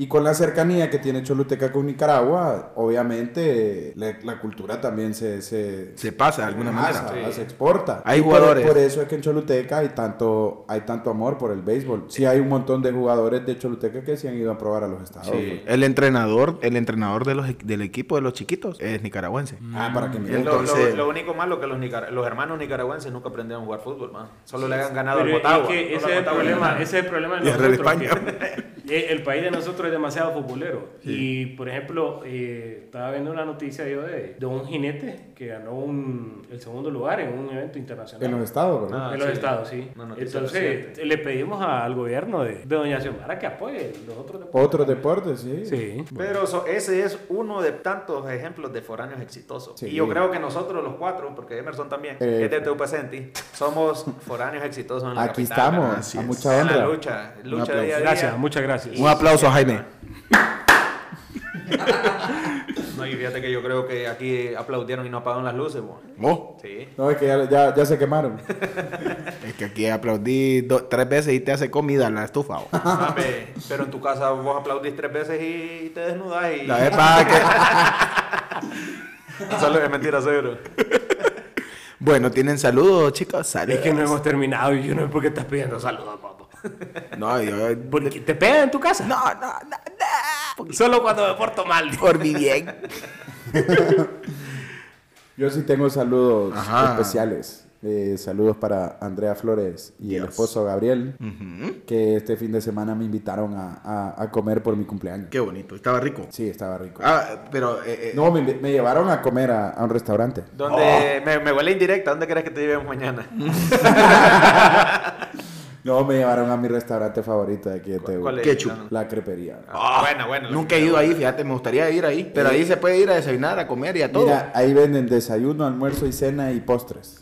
B: Y con la cercanía que tiene Choluteca con Nicaragua, obviamente la, la cultura también se, se,
C: Se pasa de alguna
B: Ah,
C: manera.
B: se-
D: Sí.
B: Se exporta.
C: Hay
B: Y por-
C: jugadores.
B: Por, eso es que en Choluteca hay tanto, hay tanto amor por el béisbol. Sí hay un montón de jugadores de Choluteca que se han ido a probar a los Estados.
D: Sí.
C: Ah, El entrenador, el entrenador de los, del equipo de los chiquitos es nicaragüense.
B: Ah, para que
D: Lo-
B: me
D: lo-
C: Entonces-
D: lo, único malo que los, nicar- los hermanos nicaragüenses nunca aprendieron a jugar fútbol, man. Solo le han ganado al
A: Pero es
D: Motagua.
A: que
D: Solo
A: ese
D: al
A: es el
D: Motagua le
A: problema,
D: ganaron.
A: ese es el problema de
C: Y al Real
A: nosotros,
C: España.
A: que, eh, el país de nosotros es demasiado futbolero. Y por ejemplo, eh, estaba viendo una noticia yo de, de un jinete que ganó un- el segundo lugar en un evento internacional.
B: En los Estados, ¿verdad?
D: Ah,
A: en los
D: sí.
A: estados, sí.
D: Una noticia
A: Entonces,
D: reciente.
A: le pedimos al gobierno de, de Doña Xiomara que apoye los otros deportes.
B: Otros deportes, sí.
A: Sí.
D: Pero so- ese es uno de tantos ejemplos de foráneos exitosos.
B: Sí.
D: Y yo creo que nosotros los cuatro, porque Emerson también,
B: Eh,
D: es de Teupacenti, somos foráneos exitosos en la
B: Aquí
D: capital,
B: estamos,
D: ¿verdad?
C: Así
B: a
C: es.
B: mucha
D: En la
B: honra.
D: lucha, lucha
B: aplauso.
D: día a día.
A: Gracias, muchas gracias.
C: Un aplauso, Jaime.
D: No, y fíjate que yo creo que aquí aplaudieron y no apagaron las luces, bo.
C: Oh,
D: Sí.
B: No, es que ya, ya- ya se quemaron.
C: es que aquí aplaudí do- tres veces y te hace comida en la estufa. vos.
B: Ah.
D: Hombre, Pero en tu casa vos aplaudís tres veces y te desnudás y...
C: La vez pasada que...
D: Solo es mentira, seguro.
C: Bueno, tienen saludos, chicos.
A: Es
C: Saludos.
A: que no hemos terminado y yo no sé por qué estás pidiendo saludos, papá.
C: No, yo.
A: Porque te pegan en tu casa.
C: No, no, no, no.
A: Solo cuando me porto mal.
C: Por mi bien.
B: Yo sí tengo saludos
C: Ajá.
B: especiales. Eh, saludos para Andrea Flores y el
C: Dios.
B: esposo Gabriel,
C: Mm,
B: que este fin de semana me invitaron a, a- a comer por mi cumpleaños.
C: Qué bonito, estaba rico.
B: Sí, estaba rico.
C: Ah, pero. eh, eh,
B: No, me, me llevaron a comer a, a un restaurante. Oh.
D: Donde me, me huele indirecta, ¿dónde crees que te llevemos mañana?
B: No, me llevaron a mi restaurante favorito de aquí de Tegu.
D: ¿Cuál es?
C: Ketchup.
D: No, no.
B: La crepería.
D: Ah, bueno, bueno.
C: Nunca he ido ahí, fíjate, me gustaría ir ahí. Pero ahí se puede ir a desayunar, a comer y a todo.
B: Mira, ahí venden desayuno, almuerzo y cena y postres.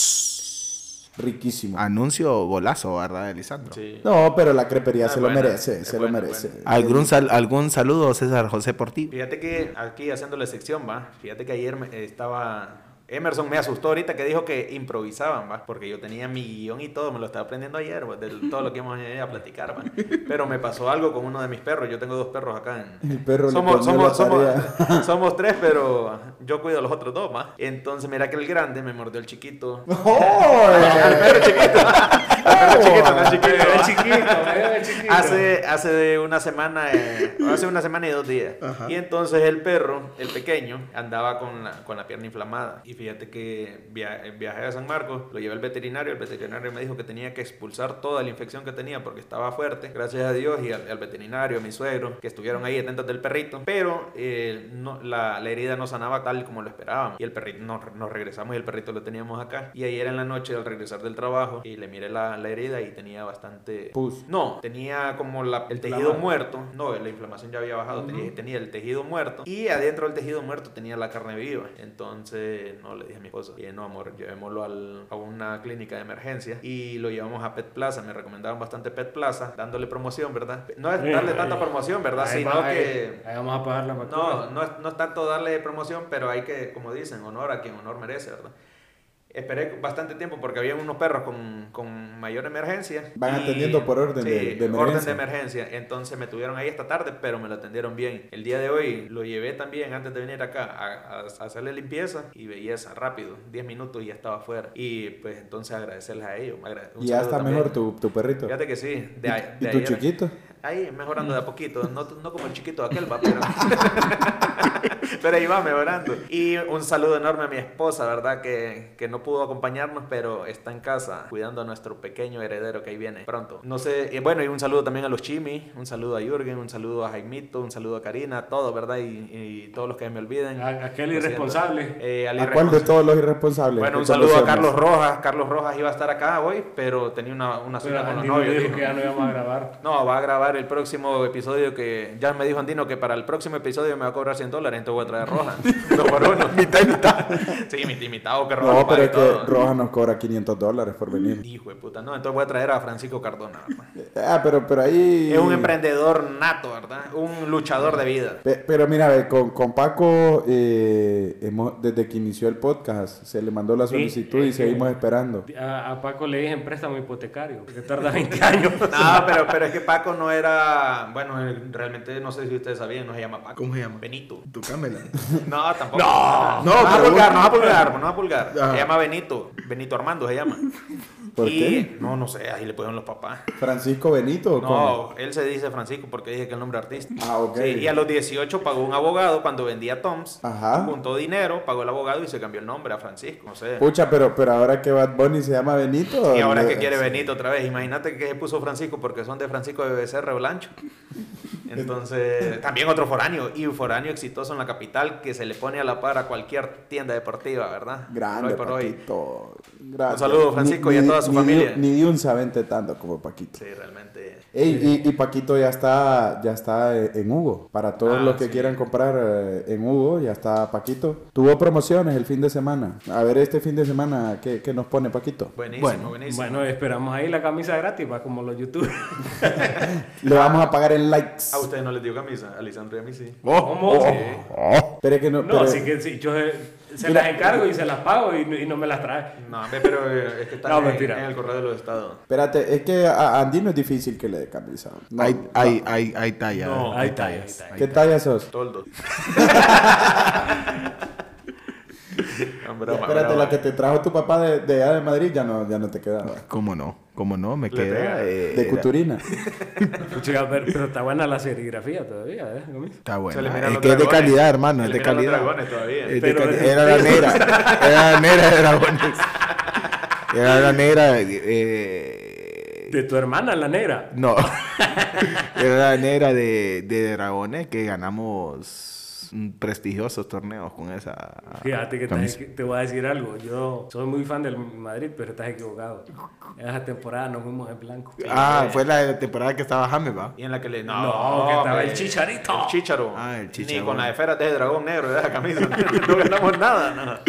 C: Dios.
B: Riquísimo.
D: Ah.
C: Anuncio golazo, ¿verdad, de Lisandro?
D: Sí.
B: No, pero la crepería
D: Ah,
B: se
D: buena,
B: lo merece,
D: es
B: se
D: buena,
B: lo merece.
C: ¿Algún, sal- algún saludo, César José Portillo?
D: Fíjate que aquí haciendo la sección, va. Fíjate que ayer me- eh, estaba. Emerson me asustó ahorita que dijo que improvisaban, va. Porque yo tenía mi guión y todo, me lo estaba aprendiendo ayer, va, de todo lo que hemos venido a platicar, va. Pero me pasó algo con uno de mis perros. Yo tengo dos perros acá en.
B: El perro le
D: somos,
B: comió la
D: somos, somos,
B: tarea.
D: somos tres, pero yo cuido a los otros dos, va. Entonces, mira que el grande me mordió el chiquito.
B: ¡Oh!
D: El perro chiquito. El perro chiquito, no el chiquito.
A: Era
D: Ah, va.
A: chiquito, era chiquito.
D: Hace, hace de una semana, eh, hace una semana y dos días. Y entonces el perro, el pequeño, andaba con la, con la pierna inflamada. Y fíjate que via- viajé a San Marcos, lo llevé al veterinario. El veterinario me dijo que tenía que expulsar toda la infección que tenía porque estaba fuerte. Gracias a Dios y al, al veterinario, a mi suegro, que estuvieron ahí atentos del perrito. Pero eh, no- la, la herida no sanaba tal como lo esperábamos. Y el perrito, nos, nos regresamos y el perrito lo teníamos acá. Y ayer en la noche, al regresar del trabajo, y le miré la, la herida y tenía bastante
B: Pus.
D: no, tenía como la- el tejido muerto. No, la inflamación ya había bajado. tenía, tenía el tejido muerto. Y adentro del tejido muerto tenía la carne viva. Entonces, no, le dije a mi esposa, "Eh, no, amor, llevémoslo al- a una clínica de emergencia. Y lo llevamos a Pet Plaza. Me recomendaban bastante Pet Plaza, dándole promoción, ¿verdad? No es
A: Sí,
D: darle
A: ahí-
D: tanta promoción, ¿verdad?
A: ahí
D: Sino
A: va, ahí-
D: que...
A: Ahí vamos a pagar la factura.
D: No, no es, no es tanto darle promoción, pero hay que, como dicen, honor a quien honor merece, ¿verdad? Esperé bastante tiempo porque había unos perros con, con mayor emergencia.
B: Van atendiendo por orden de-
D: sí,
B: de
D: orden de
B: emergencia.
D: emergencia. Entonces me tuvieron ahí esta tarde, pero me lo atendieron bien. El día de hoy lo llevé también antes de venir acá a, a- a hacerle limpieza y belleza, rápido. 10 minutos y ya estaba afuera. Y pues entonces agradecerles a ellos. agra- un
B: Y ya
D: saludo
B: está
D: también.
B: mejor tu, tu perrito.
D: Fíjate que sí. De,
B: ¿Y-
D: a-
B: y
D: de
B: tu
D: ayer-
B: chiquito?
D: Ahí, mejorando de a poquito. No, no como el chiquito de aquel, va, pero... pero ahí va mejorando. Y un saludo enorme a mi esposa, ¿verdad? Que, que no pudo acompañarnos, pero está en casa cuidando a nuestro pequeño heredero que ahí viene pronto. No sé, y bueno, y un saludo también a los Chimi, un saludo a Jürgen, un saludo a Jaimito, un saludo a Karina, a todos, ¿verdad? Y, y todos los que me olviden.
A: A- aquel
D: Lo siento.
A: irresponsable.
D: Eh, al
B: ¿A cuál de
D: irresponsable.
B: todos los irresponsables?
D: Bueno,
B: que
D: un saludo a
B: conocemos?
D: Carlos Rojas. Carlos Rojas iba a estar acá hoy, pero tenía una, una
A: Pero
D: cita con los
A: Andino
D: novios.
A: dijo
D: dijo.
A: que ya no íbamos a grabar.
D: No, va a grabar el próximo episodio que ya me dijo Andino que para el próximo episodio me va a cobrar 100 dólares, entonces voy a traer roja. Dos por uno. mitad y mitad. Sí, mitad y mitad, o que roja.
B: No, pero
D: pague
B: es que
D: todo.
B: Rojas nos cobra 500 dólares por venir.
D: Hijo de puta, no, entonces voy a traer a Francisco Cardona. ¿verdad?
B: Ah, pero, pero ahí...
D: Es un emprendedor nato, ¿verdad? Un luchador de vida.
B: Pe- Pero mira, ve, con, con Paco, eh, hemos- desde que inició el podcast, se le mandó la
A: Sí,
B: solicitud y
A: es que-
B: seguimos esperando.
A: A, a Paco le dije en préstamo hipotecario, que tarda 20 años.
D: No, pero, pero es que Paco no era. Bueno, él realmente no sé si ustedes sabían, no se llama Paco.
C: ¿Cómo se llama?
D: Benito.
C: Tu cámara.
D: No, tampoco. No, no, va a
C: pero
D: pulgar,
C: vos-
D: no va a pulgar, no va a pulgar.
C: Ajá.
D: Se llama Benito. Benito Armando se llama.
B: ¿Por
D: y,
B: qué?
D: No, no sé, ahí le pusieron los papás.
B: ¿Francisco Benito o cómo?
D: No, él se dice Francisco porque dije que el nombre artista.
B: Ah, ok.
D: Sí, y a los 18 pagó un abogado cuando vendía Toms.
B: Ajá.
D: Juntó dinero, pagó el abogado y se cambió el nombre a Francisco. No sé.
B: Pucha, pero, pero ahora que Bad Bunny se llama Benito...
D: Y ahora
B: le-
D: que quiere Benito otra vez. Imagínate que se puso Francisco porque son de Francisco de Becerra Blancho. Entonces, también otro foráneo. Y un foráneo exitoso en la capital que se le pone a la par a cualquier tienda deportiva, ¿verdad?
B: Grande,
D: Hoy por hoy.
B: Paquito. Grande.
D: Un saludo, Francisco,
B: Ni-
D: y a
B: ni-
D: toda su
B: ni de-
D: familia.
B: Ni de un sabente tanto como Paquito.
D: Sí, realmente.
B: Ey, y, y Paquito ya está, ya está eh, en Hugo. Para todos
D: Ah,
B: los que
D: sí.
B: quieran comprar eh, en Hugo, ya está Paquito. Tuvo promociones el fin de semana. A ver, este fin de semana, ¿qué, qué nos pone Paquito?
D: Buenísimo,
C: Bueno,
D: buenísimo.
A: Bueno, esperamos ahí la camisa gratis, va, como los youtubers.
B: Le vamos a pagar en likes.
D: A ustedes no les dio camisa, a Lisandro y a mí sí.
C: Oh,
A: ¿Cómo? Sí.
B: Pero es que no,
A: No,
B: pero-
A: así que sí, yo eh, se las encargo y se las pago y, no- y no me las trae.
D: No, hombre, pero eh, es que está
A: No,
D: en,
A: mentira.
D: en el correo de los estados.
B: Espérate, es que a a Andino es difícil que le dé camisa. No,
C: Hay,
B: no.
C: hay, hay, hay talla.
D: No,
A: ahí está, ahí está.
B: ¿Qué talla sos?
D: Toldo. No, broma,
B: Espérate,
D: broma.
B: la que te trajo tu papá de, de allá de Madrid ya no, ya no te queda.
C: ¿Cómo no? ¿Cómo no? Me
D: Le
C: queda.
D: pega.
C: eh,
B: De
C: era-
B: Cuturina.
A: Pucha, pero, pero está buena la serigrafía todavía, ¿eh? Gomis?
C: Está
D: Se le
C: bueno.
D: miran
C: Es
D: los
C: que es de
D: dragones.
C: calidad,
D: Se
C: hermano. Es
D: le
C: de
D: miran los
C: calidad.
D: dragones todavía.
C: Es de
A: Pero-
C: calidad. Era la negra. Era la negra de dragones. Era la negra. eh,
A: De tu hermana, la negra.
C: No. Era la negra de, de dragones que ganamos prestigiosos torneos con esa.
D: Ah,
A: Fíjate que estás
C: camisa.
A: equi- te voy a decir algo. Yo soy muy fan del Madrid, pero estás equivocado. Esa temporada nos fuimos en blanco.
C: Ah, fue la temporada que estaba James, ¿va?
D: Y en la que le. No,
A: No, que estaba
D: hombre.
A: el chicharito.
D: El chicharo.
C: Ah, el
D: Ni
C: Chicharito.
D: con las esferas de dragón negro de la camisa. no ganamos nada. nada.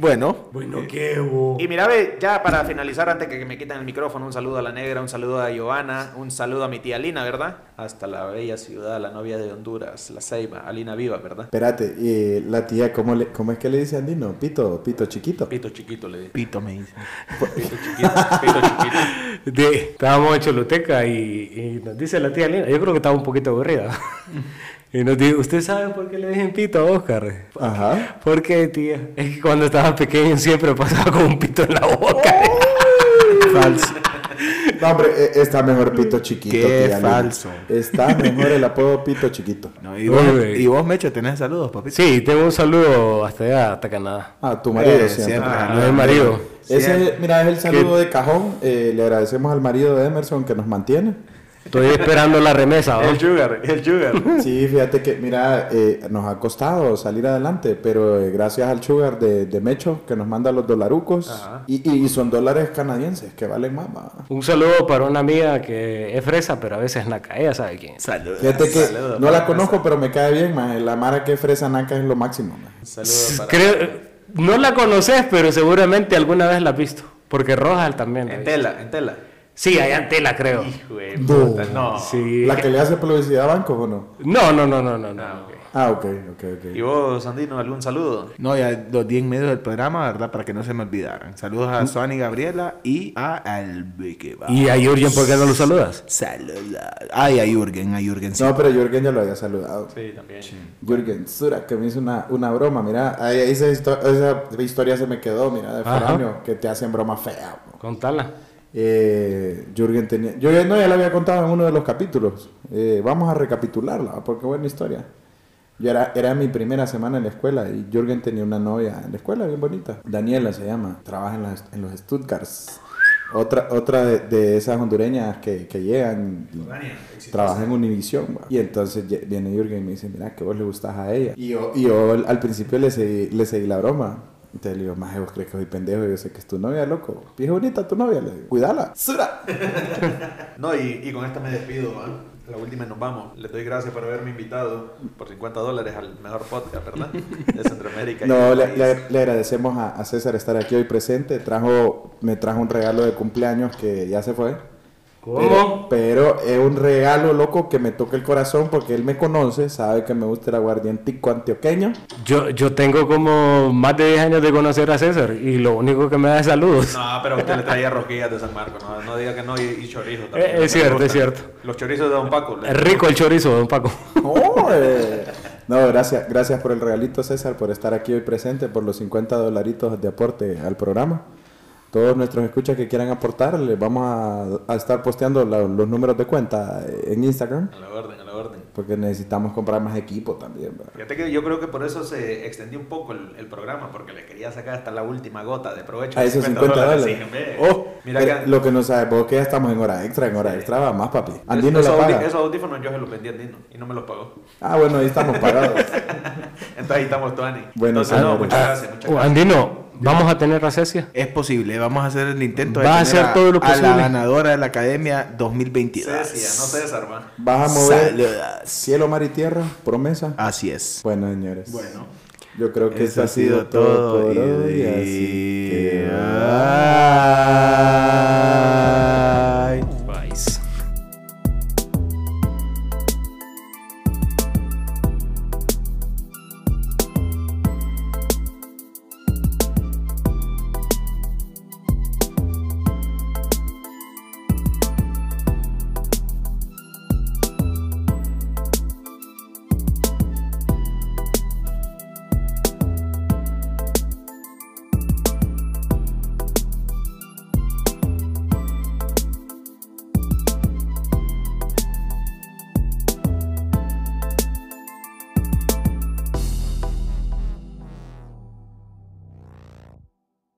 C: Bueno,
A: Bueno, qué bo.
D: Eh, Y mira, ve, ya para finalizar, antes que me quiten el micrófono, un saludo a la negra, un saludo a Giovanna, un saludo a mi tía Lina, ¿verdad? Hasta la bella ciudad, la novia de Honduras, la Ceiba, Alina Viva, ¿verdad?
B: Espérate, eh, la tía, ¿cómo, le, ¿cómo es que le dice a Andino? Pito, pito chiquito.
D: Pito chiquito le dije.
C: pito me dice.
D: Pito chiquito, pito chiquito.
A: De- estábamos en Choluteca y, y nos dice la tía Lina, yo creo que estaba un poquito aburrida. y nos dice, ¿usted sabe por qué le dicen pito a Oscar?
B: Ajá.
A: ¿Por qué, tía? Es que cuando estaba pequeño siempre pasaba con un pito en la boca.
C: Falso.
B: No, hombre, e- está mejor Pito Chiquito.
C: Qué
B: tía Lina.
C: falso.
B: Está mejor el apodo Pito Chiquito.
C: No, y, vos,
A: Uy.
C: y vos, Mecho, tenés saludos, papi.
A: sí, tengo un saludo hasta allá, hasta Canadá.
B: Ah, tu marido
C: Eh,
B: siempre.
C: siempre.
B: Ah,
A: A lo del marido.
B: Ese, es- mira, es el saludo
A: Que-
B: de cajón. Eh, le agradecemos al marido de Emerson que nos mantiene.
A: Estoy esperando la remesa, ¿va?
D: El sugar, el sugar.
B: Sí, fíjate que, mira, eh, nos ha costado salir adelante, pero eh, gracias al Sugar de, de Mecho que nos manda los dolarucos.
D: Ajá.
B: Y, y- y son dólares canadienses que valen más. va.
A: Un saludo para una amiga que es fresa, pero a veces naca. Ella sabe quién es.
C: Saludos.
B: Fíjate que
D: Saludos,
B: no la
D: para
B: conozco, pero me cae bien, más. La Mara que es fresa naca es lo máximo. ma.
D: Un saludo para.
A: Creo- no la conoces, pero seguramente alguna vez la has visto. Porque Rojas también. la
D: En
A: viste.
D: tela, en tela.
A: Sí, allá en tela, creo.
D: Hijo de
B: No.
D: puta, no.
A: Sí.
B: La que le hace publicidad a bancos o no.
A: No, no, no, no, no. no.
D: Ah, ok.
B: Ah, ok, ok,
F: Y
B: ok.
F: vos, Sandino, algún saludo.
C: No, ya los di en medio del programa, ¿verdad? Para que no se me olvidaran. Saludos a Suani Gabriela y a Albeque.
A: Mm. ¿Y a Jürgen por qué no lo saludas?
C: Saludos. Ay, a Jürgen, a Jürgen. sí.
B: No, pero Jürgen ya lo había saludado.
F: Sí, también.
B: Jürgen Sura, que me hizo una, una broma, mira, ahí, ahí se histo- esa historia se me quedó, mira, de
A: Ajá.
B: foráneo, que te hacen broma fea. bro.
A: Contala.
B: Eh, Jürgen tenía, yo ya- no, ya la había contado en uno de los capítulos, Eh, vamos a recapitularla, ah, porque buena historia. Yo era, era mi primera semana en la escuela y Jürgen tenía una novia en la escuela bien bonita. Daniela se llama, trabaja en, las- en los Stuttgarts. Otra, otra de, de esas hondureñas que, que llegan, trabaja en Univision. va. Y entonces ye- viene Jürgen y me dice, mira, que vos le gustás a ella. Y yo, y yo al- al principio le seguí, le seguí la broma. Entonces le digo, más vos crees que soy pendejo, yo sé que es tu novia, loco. Y es bonita tu novia, le digo, cuídala. Sura.
D: No, y, y con esta me despido, ¿va? La última y nos vamos. Les doy gracias por haberme invitado por 50 dólares al mejor podcast, ¿verdad? De Centroamérica. y
B: No,
D: del
B: le,
D: país.
B: le- le agradecemos a, a César estar aquí hoy presente. Trajo, me trajo un regalo de cumpleaños que ya se fue. Pero,
A: ¿Cómo?
B: pero es un regalo loco que me toca el corazón porque él me conoce, sabe que me gusta el aguardientico antioqueño.
A: Yo, yo tengo como más de 10 años de conocer a César y lo único que me da es saludos.
D: No, pero usted le traía rosquillas de San Marcos, no, no diga que no, y, y chorizo
A: Eh,
D: también.
A: es
D: Me
A: cierto,
D: gustan.
A: es cierto.
D: Los chorizos de Don Paco. le-
A: Es rico el chorizo, don Paco.
B: ¡Oh, eh! No, gracias, gracias por el regalito, César, por estar aquí hoy presente, por los 50 dolaritos de aporte al programa. Todos nuestros escuchas que quieran aportar, les vamos a, a estar posteando la- los números de cuenta en Instagram,
D: A la orden, a la orden.
B: porque necesitamos comprar más equipo también. ¿verdad?
D: Fíjate que yo creo que por eso se extendió un poco el, el programa, porque le quería sacar hasta la última gota de provecho.
B: A
D: de
B: esos 50 dólares.
D: sí, hombre.
B: Oh,
D: Mira
B: pero
D: que-
B: lo que no sabes vos que ya estamos en hora extra, en hora extra va más, papi. Andino
D: esos,
B: la
D: audi-
B: paga.
D: esos audífonos yo se los vendí a Andino y no me los pagó.
B: Ah, bueno, ahí estamos pagados.
D: Entonces ahí estamos, Tuani.
B: Bueno, Ah,
D: Entonces, no,
B: señores.
D: muchas gracias, muchas
A: Oh,
D: gracias.
A: Andino, ¿vamos a tener recesia?
C: Es posible, vamos a hacer el intento
A: Va a
C: tener
A: hacer todo lo
C: a la
A: posible.
C: ganadora de la Academia 2022.
D: Cecia, no César, va.
B: Vas a mover
C: Saludas.
B: cielo, mar y tierra, promesa.
C: Así es.
B: Bueno, señores.
D: Bueno.
B: Yo creo que
C: Eso
B: eso ha sido todo por hoy.
C: y-
B: Así que...
C: Bye.